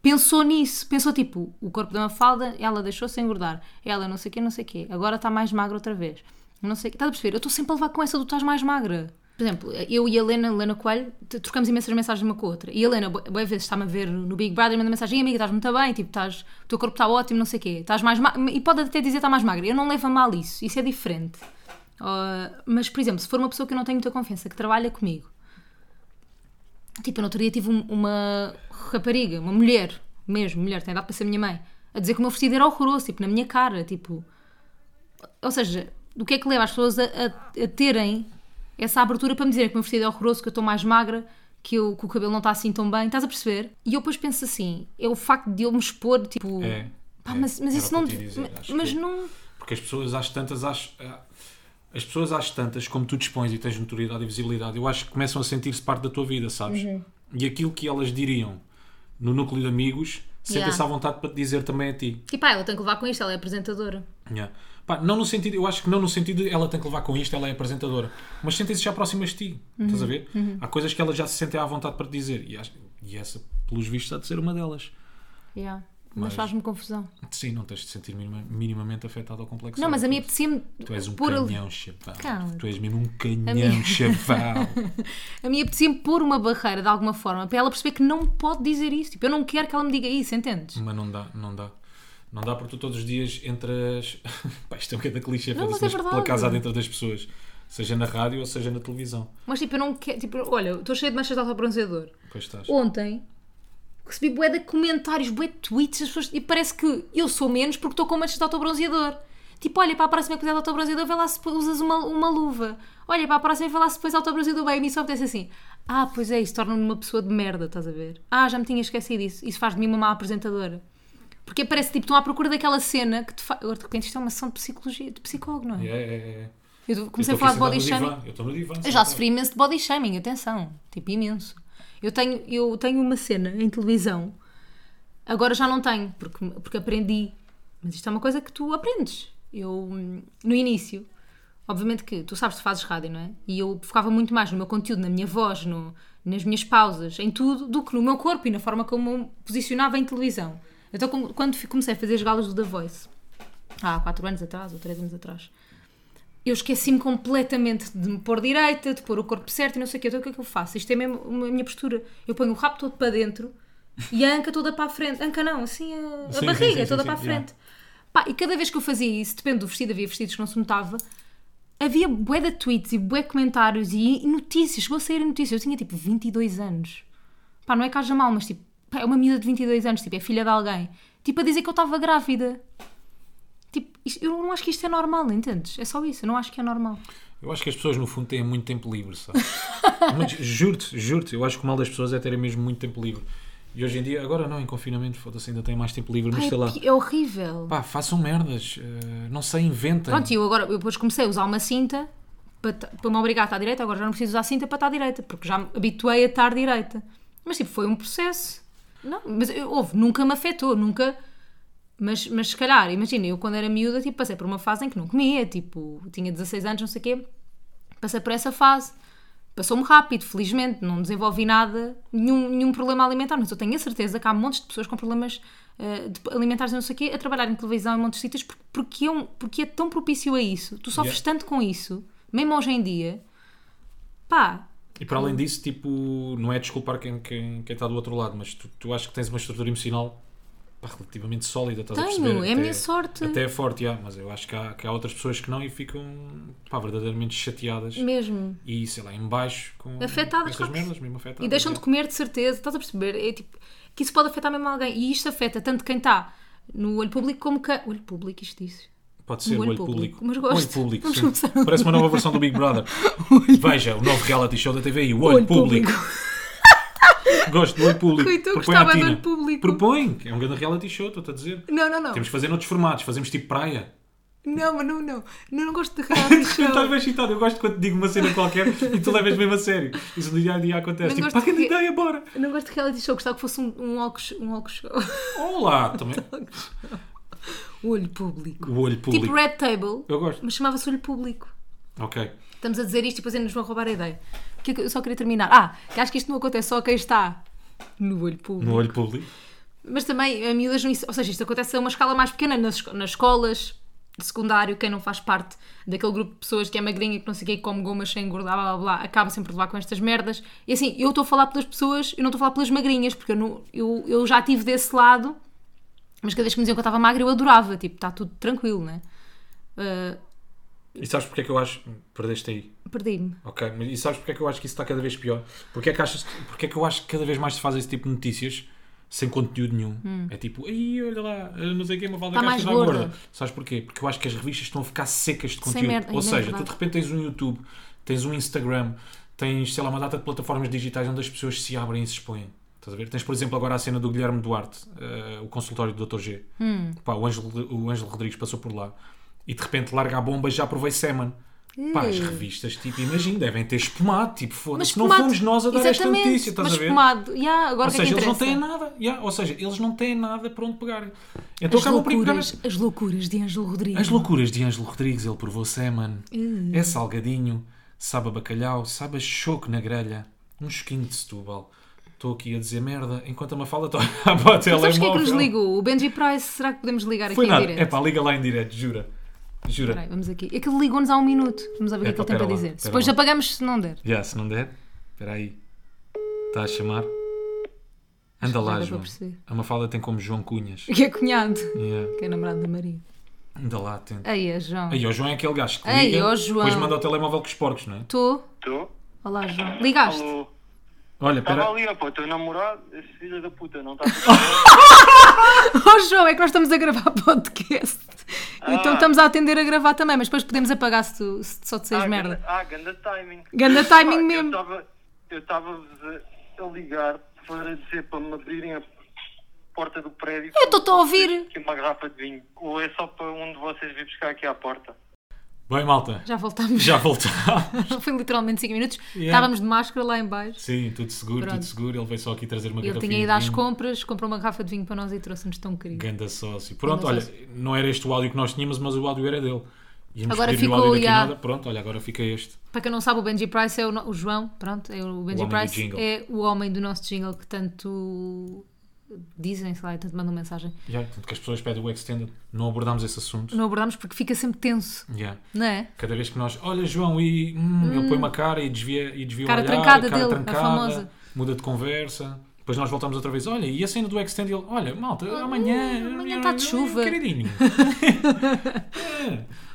Speaker 2: pensou nisso. Pensou, tipo, o corpo da Mafalda, ela deixou-se engordar. Ela não sei o quê, não sei o quê. Agora está mais magra outra vez. Não sei o quê. Estás a perceber? Eu estou sempre a levar com essa do estás mais magra. Por exemplo, eu e a Helena, Helena Coelho, t- trocamos imensas mensagens uma com a outra. E a Helena, boas vezes, está-me a ver no Big Brother, manda mensagem, "Ei, amiga, estás muito bem, tipo, estás, o "Tá teu corpo está ótimo, não sei o quê. Estás mais ma-" E pode até dizer está mais magra. Eu não levo a mal isso. Isso é diferente. Ah, mas, por exemplo, se for uma pessoa que eu não tenho muita confiança, que trabalha comigo, tipo, eu no outro dia tive um- uma rapariga, uma mulher, mesmo, mulher, tem idade para ser minha mãe, a dizer que o meu vestido era horroroso, tipo, na minha cara, tipo. Ou seja, o que é que leva as pessoas a, a- a terem essa abertura para me dizerem que o meu vestido é horroroso, que eu estou mais magra, que, eu, que o cabelo não está assim tão bem, estás a perceber? E eu depois penso assim, é o facto de eu me expor, tipo.
Speaker 1: É,
Speaker 2: pá,
Speaker 1: é,
Speaker 2: mas, mas
Speaker 1: era
Speaker 2: isso
Speaker 1: o
Speaker 2: não.
Speaker 1: que eu te ia dizer,
Speaker 2: ma-
Speaker 1: acho
Speaker 2: mas
Speaker 1: que- é.
Speaker 2: não.
Speaker 1: Porque as pessoas às tantas, às, ah, as pessoas às tantas, como tu dispões e tens notoriedade e visibilidade, eu acho que começam a sentir-se parte da tua vida, sabes?
Speaker 2: Uhum.
Speaker 1: E aquilo que elas diriam no núcleo de amigos, sentem-se
Speaker 2: Yeah.
Speaker 1: à vontade para te dizer também a ti.
Speaker 2: E pá, ela tem que levar com isto, ela é apresentadora.
Speaker 1: Yeah. Pá, não no sentido, eu acho que não no sentido de ela tem que levar com isto, ela é apresentadora, mas sentem-se já próximas de ti,
Speaker 2: Uhum.
Speaker 1: estás a ver? Há coisas que elas já se sentem à vontade para te dizer e, acho- e essa, pelos vistos, há de ser uma delas.
Speaker 2: Yeah.
Speaker 1: Mas-
Speaker 2: Mas faz-me confusão.
Speaker 1: Sim, não tens de sentir minima- minimamente afetado ou complexo.
Speaker 2: Não, mas a mim apetecia-me
Speaker 1: Tu és um
Speaker 2: pôr ali-
Speaker 1: canhão, chaval.
Speaker 2: Cala-te.
Speaker 1: Tu és mesmo um canhão,
Speaker 2: minha- (laughs)
Speaker 1: chaval.
Speaker 2: A mim apetecia-me pôr uma barreira de alguma forma para ela perceber que não pode dizer isso. Tipo, eu não quero que ela me diga isso, entendes?
Speaker 1: mas não dá, não dá. Não dá porque tu todos os dias entras. (laughs) Pá, isto é um bocado clichê,
Speaker 2: Não,
Speaker 1: foda-se,
Speaker 2: mas
Speaker 1: mas
Speaker 2: é
Speaker 1: pela
Speaker 2: verdade.
Speaker 1: casa dentro das pessoas, seja na rádio ou seja na televisão.
Speaker 2: Mas tipo, eu não quero. Tipo, olha, eu estou cheia de manchas de autobronzeador.
Speaker 1: Pois estás.
Speaker 2: Ontem recebi bué de comentários, bué de tweets, as pessoas. E parece que eu sou menos porque estou com manchas de autobronzeador. Tipo, olha, para a próxima que puser de autobronzeador, vê lá se usas uma, uma luva. Olha, para a próxima, vê lá se pões autobronzeador bem. E a mim só me assim: ah, pois é, isso torna-me uma pessoa de merda, estás a ver? Ah, já me tinha esquecido isso. Isso faz de mim uma má apresentadora. Porque parece tipo, estão à procura daquela cena que te faz. De repente, isto é uma sessão de psicologia, de psicólogo, não é?
Speaker 1: É, é, é.
Speaker 2: Eu
Speaker 1: Eu
Speaker 2: comecei
Speaker 1: estou
Speaker 2: a falar
Speaker 1: aqui
Speaker 2: de body
Speaker 1: sentado no
Speaker 2: shaming.
Speaker 1: divã, Eu estou no divã.
Speaker 2: Eu já
Speaker 1: sentado.
Speaker 2: sofri imenso de body shaming, atenção, tipo imenso. Eu tenho, eu tenho uma cena em televisão, agora já não tenho, porque, porque aprendi. Mas isto é uma coisa que tu aprendes. Eu, hum, no início, obviamente que tu sabes que fazes rádio, não é? E eu focava muito mais no meu conteúdo, na minha voz, no- nas minhas pausas, em tudo, do que no meu corpo e na forma como eu me posicionava em televisão. Então, como- quando fi- comecei a fazer as galas do The Voice, há 4 anos atrás ou 3 anos atrás, eu esqueci-me completamente de me pôr direita, de pôr o corpo certo e não sei o quê. Então o que é que eu faço? Isto é mesmo a minha postura. Eu ponho o rabo todo para dentro e a anca toda para a frente. Anca não, assim a, a
Speaker 1: Sim, sim,
Speaker 2: barriga
Speaker 1: sim, sim,
Speaker 2: toda
Speaker 1: sim,
Speaker 2: para a
Speaker 1: já.
Speaker 2: frente. Pá, e cada vez que eu fazia isso, depende do vestido, havia vestidos que não se notava, havia bué de tweets e bué de comentários e e notícias. Chegou a sair notícias. Eu tinha tipo 22 anos. Pá, não é que haja mal, mas tipo, pá, é uma miúda de 22 anos, tipo, é filha de alguém. Tipo, a dizer que eu estava grávida. Tipo, isto- eu não acho que isto é normal, entendes? É só isso, eu não acho que é normal.
Speaker 1: Eu acho que as pessoas, no fundo, têm muito tempo livre,
Speaker 2: (laughs)
Speaker 1: sabe? Mas juro-te, juro-te, eu acho que o mal das pessoas é terem mesmo muito tempo livre. E hoje em dia, agora não, em confinamento, foda-se, ainda têm mais tempo livre, mas
Speaker 2: Pá, é
Speaker 1: sei lá.
Speaker 2: pi- é horrível.
Speaker 1: Pá, façam merdas, eh, não sei, inventem.
Speaker 2: Pronto, e eu agora, eu depois comecei a usar uma cinta para, ta- para me obrigar a estar direita, agora já não preciso usar cinta para estar direita, porque já me habituei a estar direita. Mas tipo, foi um processo. Não, mas eu- houve, nunca me afetou, nunca. Mas, mas se calhar, imagina, eu quando era miúda, tipo, passei por uma fase em que não comia, tipo, tinha 16 anos, não sei o quê, passei por essa fase. Passou-me rápido, felizmente, não desenvolvi nada, nenhum, nenhum problema alimentar, mas eu tenho a certeza que há montes de pessoas com problemas eh, de- alimentares e não sei o quê a trabalhar em televisão em montes de sítios porque, porque, é, um- porque é tão propício a isso, tu sofres tanto com isso, mesmo hoje em dia, pá,
Speaker 1: E para
Speaker 2: Hum.
Speaker 1: além disso, tipo, não é desculpar quem, quem, quem está do outro lado, mas tu, tu acho que tens uma estrutura emocional pá, relativamente sólida, estás a
Speaker 2: Tenho,
Speaker 1: perceber?
Speaker 2: é a minha sorte.
Speaker 1: Até é forte, já, mas eu acho que há, que há outras pessoas que não e ficam pá, verdadeiramente chateadas
Speaker 2: mesmo.
Speaker 1: e, sei lá, em baixo com,
Speaker 2: Afetadas,
Speaker 1: com
Speaker 2: claro
Speaker 1: essas
Speaker 2: que
Speaker 1: merdas, mesmo afetadas.
Speaker 2: E deixam de
Speaker 1: é.
Speaker 2: comer de certeza, estás a perceber? É tipo, que isso pode afetar mesmo alguém. E isto afeta tanto quem está no olho público como quem. Olho público, isto diz.
Speaker 1: Pode ser o olho público.
Speaker 2: mas
Speaker 1: O olho
Speaker 2: gosto.
Speaker 1: público,
Speaker 2: Vamos
Speaker 1: sim.
Speaker 2: começar um o-
Speaker 1: Parece uma nova versão do Big
Speaker 2: (laughs)
Speaker 1: Brother. Veja, o novo reality show da TVI, o olho, público. (laughs) Gosto do olho público.
Speaker 2: Coitou,
Speaker 1: Propõe
Speaker 2: gostava
Speaker 1: à
Speaker 2: do
Speaker 1: Tina.
Speaker 2: olho público.
Speaker 1: Propõe, é um grande reality show, estou-te a dizer.
Speaker 2: Não, não, não.
Speaker 1: Temos que fazer noutros formatos, fazemos tipo praia.
Speaker 2: Não, mas não, não. Não, não
Speaker 1: (laughs)
Speaker 2: gosto de reality
Speaker 1: Eu estava
Speaker 2: show.
Speaker 1: excitado, eu gosto quando te digo uma cena qualquer e tu levas mesmo a sério. Isso no dia a dia acontece.
Speaker 2: Não
Speaker 1: Tipo,
Speaker 2: gosto
Speaker 1: pá, que
Speaker 2: de-
Speaker 1: ideia, bora!
Speaker 2: Eu não gosto de reality show, gostava que fosse um, um walk show. Um walk show. (laughs)
Speaker 1: Olá! Também.
Speaker 2: olho público.
Speaker 1: O olho público.
Speaker 2: Tipo Red Table,
Speaker 1: Eu gosto.
Speaker 2: mas chamava-se olho público.
Speaker 1: Ok.
Speaker 2: Estamos a dizer isto e depois ainda nos vão roubar a ideia. Que eu só queria terminar. Ah, que acho que isto não acontece só a quem está no olho público.
Speaker 1: No olho público.
Speaker 2: Mas também a miúdas não. Ou seja, isto acontece a uma escala mais pequena nas, esco- nas escolas, de secundário, quem não faz parte daquele grupo de pessoas que é magrinha, que não sei o quê, que come gomas sem engordar, blá blá blá, acaba sempre de levar com estas merdas. E assim, eu estou a falar pelas pessoas, eu não estou a falar pelas magrinhas, porque eu, não- eu, eu já tive desse lado, tá mas cada vez que me diziam que eu estava magra eu adorava, tipo, está tudo tranquilo, né? Ah,
Speaker 1: E sabes porque é que eu acho. Perdeste aí.
Speaker 2: Perdi-me.
Speaker 1: Ok, mas e sabes porque é que eu acho que isso está cada vez pior? Porque é que, achas, porque é que eu acho que cada vez mais se faz esse tipo de notícias sem conteúdo nenhum? É tipo, aí olha lá, não sei o que, uma valda
Speaker 2: Está
Speaker 1: caixa
Speaker 2: Hum.
Speaker 1: está
Speaker 2: Tá mais gorda."
Speaker 1: gorda. Sabes porquê? Porque eu acho que as revistas estão a ficar secas de
Speaker 2: Sem
Speaker 1: conteúdo.
Speaker 2: merda,
Speaker 1: Ou
Speaker 2: é
Speaker 1: seja,
Speaker 2: verdade.
Speaker 1: tu de repente tens um YouTube, tens um Instagram, tens, sei lá, uma data de plataformas digitais onde as pessoas se abrem e se expõem. Estás a ver? Tens, por exemplo, agora a cena do Guilherme Duarte, eh, o consultório do Dr. G.
Speaker 2: Hum.
Speaker 1: Pá, o, Ângelo, o Ângelo Rodrigues passou por lá e de repente larga a bomba já provei semen. Pá, as revistas, tipo, imagino, devem ter espumado, tipo, foda-se, não
Speaker 2: pomado-
Speaker 1: fomos nós a dar esta
Speaker 2: Exatamente,
Speaker 1: notícia, estás
Speaker 2: mas
Speaker 1: a ver?
Speaker 2: pomado. Ya, agora
Speaker 1: Ou
Speaker 2: o que é que
Speaker 1: seja, eles não
Speaker 2: interessa?
Speaker 1: têm nada, Ya, ou seja, eles não têm nada para onde pegarem. Então
Speaker 2: As
Speaker 1: acabam por ir pegar
Speaker 2: loucuras, as loucuras de Ângelo Rodrigues.
Speaker 1: as loucuras de Ângelo Rodrigues, ele provou semen.
Speaker 2: Hum.
Speaker 1: É salgadinho, sabe a bacalhau, sabe a choco na grelha. Um choquinho de Setúbal. Estou aqui a dizer merda, enquanto a Mafalda (laughs) está a olhar para o
Speaker 2: Mas sabes quem é que nos
Speaker 1: telemóvel.
Speaker 2: ligou? O Benji Price, será que podemos ligar
Speaker 1: Foi
Speaker 2: aqui
Speaker 1: nada.
Speaker 2: em
Speaker 1: É
Speaker 2: direto?
Speaker 1: pá, liga lá em direto, jura. Jura.
Speaker 2: Peraí, vamos aqui. É que ele ligou-nos há um minuto. Vamos a ver o que é que
Speaker 1: Epá,
Speaker 2: ele tem
Speaker 1: pera
Speaker 2: para
Speaker 1: lá,
Speaker 2: dizer.
Speaker 1: pera
Speaker 2: Se depois
Speaker 1: lá.
Speaker 2: apagamos, se não der.
Speaker 1: Já, se não der, espera aí. Está a chamar. Anda
Speaker 2: que já
Speaker 1: lá,
Speaker 2: dá é para
Speaker 1: João.
Speaker 2: perceber. (laughs)
Speaker 1: A Mafalda tem como João Cunhas.
Speaker 2: Que é cunhado.
Speaker 1: Yeah.
Speaker 2: Que é namorado da Maria.
Speaker 1: Anda lá, tenta.
Speaker 2: Aí é, João.
Speaker 1: Aí, ó, João é aquele gajo que
Speaker 2: Ei,
Speaker 1: liga,
Speaker 2: ó, João.
Speaker 1: depois manda o telemóvel com os porcos, não é?
Speaker 2: Tu?
Speaker 4: Tô?
Speaker 2: Olá, João. Ligaste?
Speaker 4: Alô?
Speaker 1: Olha,
Speaker 4: Estava
Speaker 1: espera.
Speaker 4: ali, ó, pô, teu namorado, esse filho da
Speaker 2: (laughs)
Speaker 4: puta, não tá está
Speaker 2: Oh, João, é que nós estamos a gravar (laughs) podcast. Então
Speaker 1: Ah.
Speaker 2: estamos a atender a gravar também, mas depois podemos apagar se, tu, se só te seis merda.
Speaker 4: Ah, ganda timing.
Speaker 2: Ganda timing
Speaker 4: eu
Speaker 2: mesmo.
Speaker 4: tava- Eu estava-vos a, a ligar para dizer para me abrirem a porta do prédio.
Speaker 2: Eu estou-te a ouvir.
Speaker 4: Aqui uma garrafa de vinho. Ou é só para um de vocês vir buscar aqui à porta?
Speaker 1: Bem, malta.
Speaker 2: Já voltámos.
Speaker 1: Já voltámos.
Speaker 2: (laughs) Foi literalmente 5 minutos.
Speaker 1: Yeah.
Speaker 2: Estávamos de máscara lá em baixo.
Speaker 1: Sim, tudo seguro,
Speaker 2: Pronto.
Speaker 1: tudo seguro. Ele veio só aqui trazer uma
Speaker 2: Ele
Speaker 1: garrafinha
Speaker 2: tinha ido
Speaker 1: de
Speaker 2: às
Speaker 1: vinho.
Speaker 2: compras, comprou uma garrafa de vinho para nós e trouxe-nos tão querido.
Speaker 1: Ganda sócio. Pronto,
Speaker 2: Ganda
Speaker 1: olha,
Speaker 2: sócio.
Speaker 1: não era este o áudio que nós tínhamos, mas o áudio era dele. Íamos
Speaker 2: Agora
Speaker 1: pedir o
Speaker 2: ficou,
Speaker 1: áudio daqui a
Speaker 2: já.
Speaker 1: nada. Pronto, olha, agora fica este.
Speaker 2: Para quem não sabe, o Benji Price é o, no- o João, pronto, é o
Speaker 1: homem
Speaker 2: Benji
Speaker 1: do
Speaker 2: Price
Speaker 1: jingle.
Speaker 2: é o homem do nosso jingle que tanto dizem, sei lá, e tanto mandam mensagem.
Speaker 1: Já, tanto que as pessoas pedem o extended. Não abordámos esse assunto.
Speaker 2: Não abordámos porque fica sempre tenso,
Speaker 1: Já.
Speaker 2: não é?
Speaker 1: Cada vez que nós, olha João, e hum, ele põe uma cara e desvia, e desvia
Speaker 2: Cara
Speaker 1: o olhar,
Speaker 2: trancada
Speaker 1: cara
Speaker 2: dele, a
Speaker 1: trancada,
Speaker 2: famosa.
Speaker 1: muda de conversa. Depois nós voltamos outra vez, olha, e a cena do extend, ele, olha, malta, amanhã...
Speaker 2: amanhã está de chuva."
Speaker 1: Queridinho.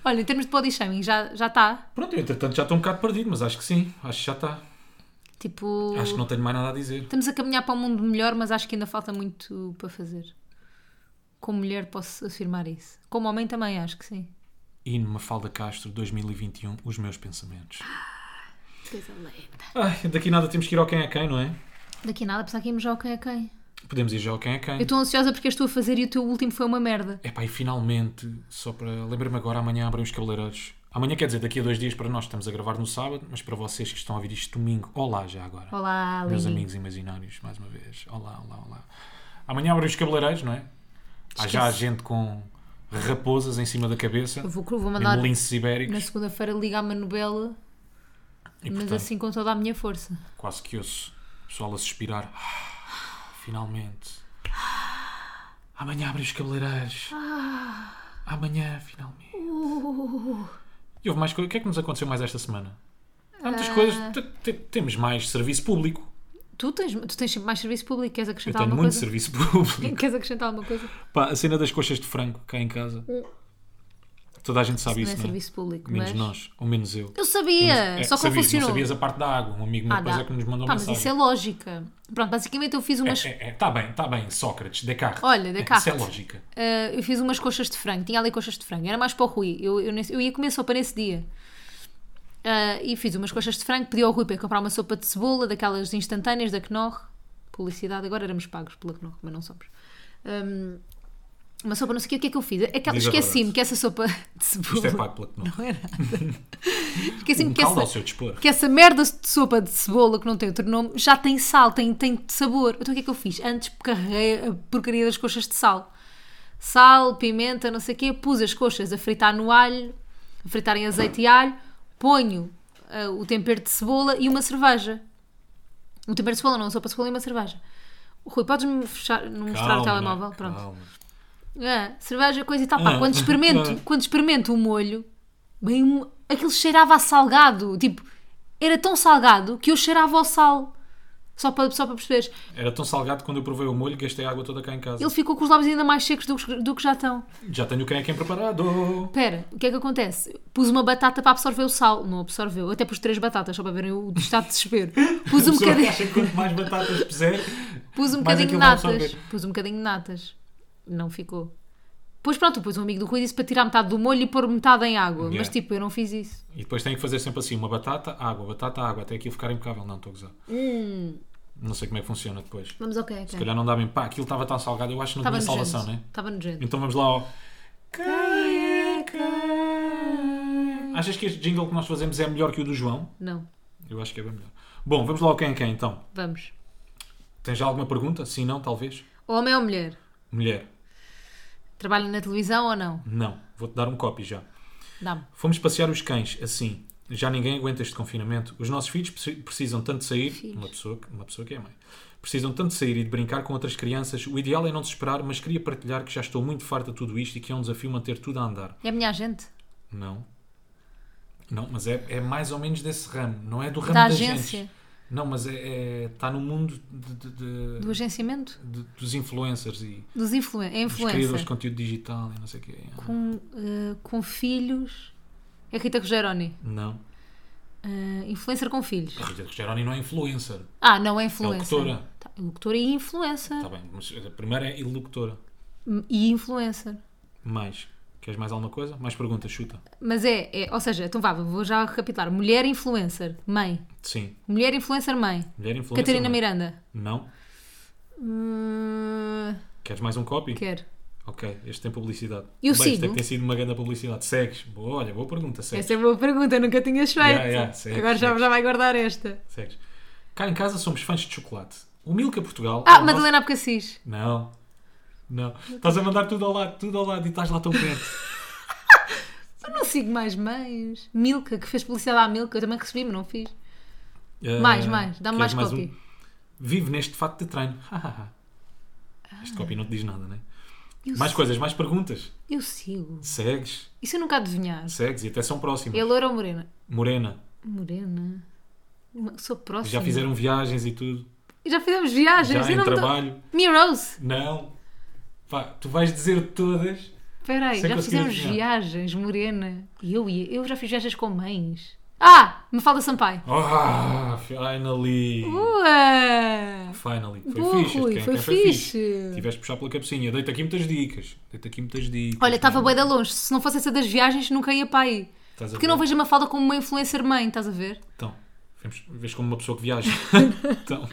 Speaker 2: Olha, em termos de body shaming, já, tá, já está.
Speaker 1: Pronto, eu, entretanto já estou um bocado perdido, mas acho que sim, acho que já está.
Speaker 2: Tipo,
Speaker 1: Acho que não tenho mais nada a dizer.
Speaker 2: estamos a caminhar para um mundo melhor, mas acho que ainda falta muito para fazer. Como mulher, posso afirmar isso. Como homem, também acho que sim.
Speaker 1: Hino Mafalda Castro, 2021, os meus pensamentos.
Speaker 2: (gasps) Coisa linda.
Speaker 1: Ai, daqui nada temos que ir ao quem é quem, não é?
Speaker 2: Daqui a nada, apesar que íamos já ao quem é quem.
Speaker 1: Podemos ir já ao quem é quem.
Speaker 2: Eu estou ansiosa porque estou a fazer e o teu último foi uma merda.
Speaker 1: Epá, e finalmente, só para. Lembra-me agora, amanhã abrem os cabeleireiros. Amanhã quer dizer, daqui a dois dias para nós estamos a gravar no sábado, mas para vocês que estão a ouvir isto domingo, olá já agora.
Speaker 2: Olá,
Speaker 1: Meus
Speaker 2: Lini.
Speaker 1: amigos imaginários, mais uma vez. Olá, olá, olá. Amanhã abrem os cabeleireiros, não é? Há já
Speaker 2: Esquece.
Speaker 1: gente com raposas em cima da cabeça,
Speaker 2: Eu vou, vou mandar
Speaker 1: mesmo linces ibéricos,
Speaker 2: na segunda-feira ligar à Manubela,
Speaker 1: e
Speaker 2: mas
Speaker 1: portanto,
Speaker 2: assim com toda a minha força.
Speaker 1: quase que ouço o pessoal a suspirar. Ah, Finalmente. Amanhã abrem os cabeleireiros.
Speaker 2: Ah.
Speaker 1: Amanhã, finalmente.
Speaker 2: Uh.
Speaker 1: E houve mais coisas. O que é que nos aconteceu mais esta semana? Há muitas
Speaker 2: Ah.
Speaker 1: coisas. T- t- Temos mais serviço público.
Speaker 2: Tu tens, tu tens sempre mais serviço público, queres
Speaker 1: Eu
Speaker 2: acrescentar
Speaker 1: tenho
Speaker 2: alguma
Speaker 1: muito
Speaker 2: coisa?
Speaker 1: serviço público.
Speaker 2: Queres acrescentar alguma coisa?
Speaker 1: Pá, a cena das coxas de frango cá em casa. Toda a gente sabe
Speaker 2: Uh. não
Speaker 1: isso,
Speaker 2: é
Speaker 1: não é?
Speaker 2: serviço público,
Speaker 1: Menos
Speaker 2: mas.
Speaker 1: nós, ou menos eu.
Speaker 2: Eu sabia,
Speaker 1: É,
Speaker 2: só que
Speaker 1: sabias,
Speaker 2: não funcionou. Ah,
Speaker 1: Não sabias a parte da água. Um amigo meu depois
Speaker 2: dá.
Speaker 1: é que nos mandou
Speaker 2: Pá, mas
Speaker 1: mensagem.
Speaker 2: isso é lógica. Pronto, basicamente eu fiz umas.
Speaker 1: É, é, tá bem, tá bem, Sócrates, Descartes.
Speaker 2: Olha, Descartes.
Speaker 1: Isso é lógica.
Speaker 2: eh, eu fiz umas coxas de frango, tinha ali coxas de frango, era mais para o Rui. Eu, eu, nesse- eu ia comer sopa nesse dia. Ah, e fiz umas coxas de frango, pedi ao Rui para comprar uma sopa de cebola, daquelas instantâneas da Knorr. Publicidade, agora éramos pagos pela Knorr, mas não somos. Ahm, uma sopa, não sei o que, o que é que eu fiz. Aquela-
Speaker 1: Diz agora.
Speaker 2: Esqueci-me que essa sopa (laughs) de cebola.
Speaker 1: Isto é pago pela Knorr.
Speaker 2: Não era nada. Esqueci-me
Speaker 1: Um
Speaker 2: que
Speaker 1: caldo ao
Speaker 2: essa,
Speaker 1: seu dispor.
Speaker 2: que essa merda de sopa de cebola que não tem outro nome já tem sal, tem, tem sabor. Então o que é que eu fiz? Antes carreguei a porcaria das coxas de sal. Sal, pimenta, não sei o quê, pus as coxas a fritar no alho, a fritar em azeite e alho, ponho ah, o tempero de cebola e uma cerveja. Um tempero de cebola, não, uma sopa de cebola e uma cerveja. Rui, podes-me fechar, não mostrar o telemóvel? Pronto.
Speaker 1: calma.
Speaker 2: Ah, cerveja, coisa e tal. Pá,
Speaker 1: Ah.
Speaker 2: quando, experimento,
Speaker 1: Ah.
Speaker 2: quando experimento o molho, bem, um- aquilo cheirava a salgado. Tipo, era tão salgado que eu cheirava ao sal. Só para, só para perceberes.
Speaker 1: Era tão salgado que quando eu provei o molho, gastei a água toda cá em casa.
Speaker 2: Ele ficou com os lábios ainda mais secos do, que- do que já estão.
Speaker 1: Já tenho o quem preparado.
Speaker 2: Pera, o que é que acontece? Pus uma batata para absorver o sal. Não absorveu. Eu Até pus três batatas, só para verem o estado de desespero. Pus
Speaker 1: (laughs)
Speaker 2: um
Speaker 1: A pessoa
Speaker 2: bocadinho.
Speaker 1: acha que quanto mais batatas puser, mais
Speaker 2: Pus um bocadinho de
Speaker 1: aquilo vai
Speaker 2: natas.
Speaker 1: absorver.
Speaker 2: Pus um bocadinho de natas. Não ficou. Pois pronto, depois um amigo do Rui disse para tirar metade do molho e pôr metade em água. Mas
Speaker 1: Yeah.
Speaker 2: tipo, eu não fiz isso.
Speaker 1: E depois tem que fazer sempre assim: uma batata, água, batata, água, até aquilo ficar impecável. Não, estou a gozar.
Speaker 2: Hum.
Speaker 1: Não sei como é que funciona depois. Se
Speaker 2: Vamos ok, ok.
Speaker 1: calhar não dá bem. Pá, aquilo estava tão salgado, eu acho que não
Speaker 2: Estava
Speaker 1: tinha salvação,
Speaker 2: nojento.
Speaker 1: né?
Speaker 2: Estava nojento.
Speaker 1: Então vamos lá ao. Achas que este jingle que nós fazemos é melhor que o do João?
Speaker 2: Não,
Speaker 1: Eu acho que é bem melhor. Bom, vamos lá ao quem é quem então.
Speaker 2: vamos.
Speaker 1: Tens já alguma pergunta? Sim, não, talvez?
Speaker 2: Homem ou mulher?
Speaker 1: Mulher,
Speaker 2: Trabalha na televisão ou não?
Speaker 1: não. Vou-te dar um copy já.
Speaker 2: Dá-me.
Speaker 1: Fomos passear os cães, assim. Já ninguém aguenta este confinamento. Os nossos filhos preci- precisam tanto de sair.
Speaker 2: Filhos.
Speaker 1: Uma pessoa, que- uma pessoa que é mãe. Precisam tanto de sair e de brincar com outras crianças. O ideal é não desesperar, mas queria partilhar que já estou muito farta de tudo isto e que é um desafio manter tudo a andar.
Speaker 2: É a minha agente?
Speaker 1: Não. Não, mas é, é mais ou menos desse ramo. Não é do ramo
Speaker 2: Da
Speaker 1: da,
Speaker 2: agência.
Speaker 1: Gente. Não, mas é, é- está no mundo de- de- de-
Speaker 2: Do agenciamento?
Speaker 1: de- dos influencers e
Speaker 2: Dos influen é
Speaker 1: dos criadores de
Speaker 2: influencer.
Speaker 1: conteúdo digital e não sei o quê.
Speaker 2: Com, eh, com filhos. É Rita Rogeroni.
Speaker 1: Não.
Speaker 2: Eh, influencer com filhos.
Speaker 1: A Rita Rogeroni não é influencer.
Speaker 2: Ah, não é influencer.
Speaker 1: locutora. Então.
Speaker 2: Tá, locutora e influencer.
Speaker 1: Está Tá bem, mas a primeira é ilocutora.
Speaker 2: E influencer.
Speaker 1: Mais. Queres mais alguma coisa? Mais perguntas, chuta.
Speaker 2: Mas é, é- ou seja, então vá, vou já recapitular. Mulher influencer, mãe.
Speaker 1: Sim.
Speaker 2: Mulher influencer, mãe.
Speaker 1: Mulher influencer.
Speaker 2: Catarina
Speaker 1: não é?
Speaker 2: Miranda.
Speaker 1: Não.
Speaker 2: Hum,
Speaker 1: Queres mais um copy?
Speaker 2: quero.
Speaker 1: Ok, este tem publicidade. Bem,
Speaker 2: Eu
Speaker 1: Isto
Speaker 2: sigo.
Speaker 1: deve ter sido uma grande publicidade. Segues. Boa, olha, boa pergunta. Segues.
Speaker 2: Essa é boa pergunta, eu nunca tinha feito.
Speaker 1: Yeah, yeah, sim,
Speaker 2: Agora já,
Speaker 1: sim.
Speaker 2: já vai guardar esta.
Speaker 1: Segues. Cá em casa somos fãs de chocolate. O Milka Portugal. é
Speaker 2: Ah,
Speaker 1: o nosso-
Speaker 2: Madalena Abcacis.
Speaker 1: Não. Não. Estás a mandar tudo ao lado, tudo ao lado e estás lá tão perto.
Speaker 2: Eu não sigo mais mães. Milka, que fez publicidade à Milka, eu também recebi, mas não fiz.
Speaker 1: Eh,
Speaker 2: (laughs) Mais, mais, dá-me
Speaker 1: queres
Speaker 2: mais copy.
Speaker 1: um? Vive neste fato de treino. (laughs) Ha, ha, ha. este copy não te diz nada, né?
Speaker 2: Eu,
Speaker 1: Mais
Speaker 2: si-
Speaker 1: coisas, mais perguntas.
Speaker 2: eu sigo.
Speaker 1: Segues,
Speaker 2: Isso eu nunca adivinhar.
Speaker 1: segues e até são próximas.
Speaker 2: É loira ou morena?
Speaker 1: Morena,
Speaker 2: Morena. Uma- Sou próxima.
Speaker 1: já fizeram viagens e tudo.
Speaker 2: Já fizemos viagens.
Speaker 1: Já
Speaker 2: eu
Speaker 1: em
Speaker 2: não me dou-
Speaker 1: trabalho.
Speaker 2: Mirose.
Speaker 1: Não. Pá, tu vais dizer todas.
Speaker 2: Espera aí,
Speaker 1: Sem
Speaker 2: já
Speaker 1: conseguir
Speaker 2: fizemos
Speaker 1: adivinhar.
Speaker 2: viagens, Morena. E eu ia. Eu já fiz viagens com mães. Ah! Me fala Sampaio.
Speaker 1: Ah, finally.
Speaker 2: Ué!
Speaker 1: Finally. Foi
Speaker 2: Boa,
Speaker 1: fixe.
Speaker 2: Rui,
Speaker 1: quem,
Speaker 2: foi
Speaker 1: quem foi fixe.
Speaker 2: fixe.
Speaker 1: Tiveste de puxar pela cabecinha. Deita aqui muitas dicas. Deita aqui muitas dicas.
Speaker 2: Olha, estava
Speaker 1: mano.
Speaker 2: bem da longe. Se não fosse essa das viagens, nunca ia para aí.
Speaker 1: Estás a
Speaker 2: Porque eu
Speaker 1: ver?
Speaker 2: não vejo a Mafalda como uma influencer mãe, estás a ver?
Speaker 1: Então, vemos, vês como uma pessoa que
Speaker 2: (laughs)
Speaker 1: viaja. então,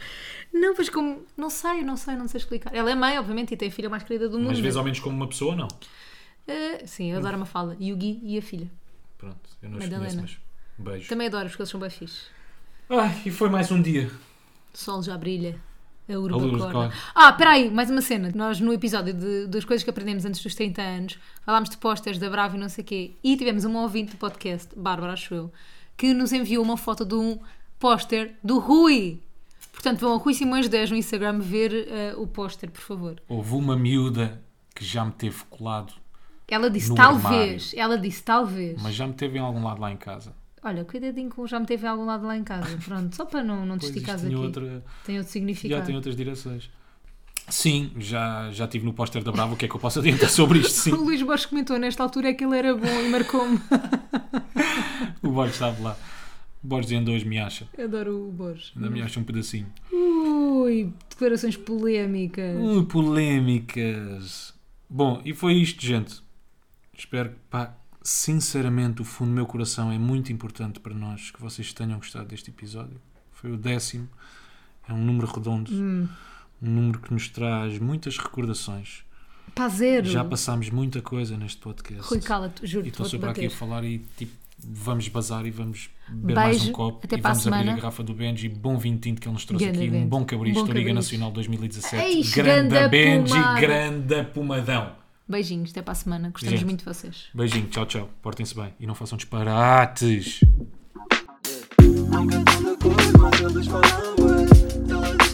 Speaker 2: Não, pois como. Não sei, não sei, não sei explicar. Ela é mãe, obviamente, e tem a filha mais querida do mundo.
Speaker 1: mas vês ao menos como uma pessoa, não.
Speaker 2: Ah, sim, eu adoro a Mafalda. E o Gui e a filha.
Speaker 1: Pronto, eu não os conheço,
Speaker 2: Madalena.
Speaker 1: mas um beijo.
Speaker 2: Também adoro, porque eles são bem fixe.
Speaker 1: Ai, e foi mais um dia.
Speaker 2: O sol já brilha. A
Speaker 1: luz
Speaker 2: urbacona.
Speaker 1: corre.
Speaker 2: Ah, peraí, mais uma cena. Nós, no episódio de, das coisas que aprendemos antes dos 30 anos, falámos de posters da Bravo e não sei o quê. E tivemos uma ouvinte do podcast, Bárbara, acho eu, que nos enviou uma foto de um póster do Rui. Portanto, vão a Rui Simões 10 no Instagram ver eh, o póster, por favor.
Speaker 1: Houve uma miúda que já me teve colado,
Speaker 2: Ela disse,
Speaker 1: No
Speaker 2: talvez. Ela disse, talvez.
Speaker 1: mas já me teve em algum lado lá em casa.
Speaker 2: Olha, cuidadinho que já me teve em algum lado lá
Speaker 1: (laughs)
Speaker 2: em casa. Pronto, só para não, não te
Speaker 1: Pois isto
Speaker 2: esticares
Speaker 1: tinha
Speaker 2: aqui.
Speaker 1: outra,
Speaker 2: Tem outro significado.
Speaker 1: já tem outras direções. Sim, já, já tive no póster da Bravo. O que é que eu posso adiantar sobre isto?
Speaker 2: O (laughs)
Speaker 1: Sim,
Speaker 2: Luís Borges comentou nesta altura é que ele era bom
Speaker 1: (laughs)
Speaker 2: e marcou-me.
Speaker 1: o Borges estava lá. O Borges andou hoje, me acha.
Speaker 2: Adoro o Borges.
Speaker 1: Ainda me acha um pedacinho.
Speaker 2: Ui, declarações polémicas.
Speaker 1: Hum, polémicas. Bom, e foi isto, gente. Espero que, pá, sinceramente, o fundo do meu coração é muito importante para nós que vocês tenham gostado deste episódio. Foi o décimo. É um número redondo. Um número que nos traz muitas recordações.
Speaker 2: Pazeiro.
Speaker 1: Já passámos muita coisa neste podcast.
Speaker 2: Hum. Rui, cala-te,
Speaker 1: E
Speaker 2: juro-te,
Speaker 1: estou
Speaker 2: vou-te
Speaker 1: sempre aqui a
Speaker 2: bater.
Speaker 1: falar e tipo, vamos bazar e vamos beber
Speaker 2: Beijo,
Speaker 1: mais um copo
Speaker 2: até
Speaker 1: e
Speaker 2: para a
Speaker 1: vamos abrir a
Speaker 2: semana.
Speaker 1: garrafa do Benji. Bom vinho tinto que ele nos trouxe
Speaker 2: Ganda
Speaker 1: aqui,
Speaker 2: Benji.
Speaker 1: um bom cabristo
Speaker 2: Bom
Speaker 1: da Liga
Speaker 2: cabristo.
Speaker 1: Nacional 2017.
Speaker 2: Eis,
Speaker 1: grande
Speaker 2: ganda
Speaker 1: Benji,
Speaker 2: pomada.
Speaker 1: grande pumadão.
Speaker 2: Beijinhos, até para a semana. Gostamos
Speaker 1: Gente.
Speaker 2: muito de vocês.
Speaker 1: Beijinho, tchau, tchau. Portem-se bem e não façam disparates.
Speaker 3: I'm good on the court, my girl is fine with. Tell her to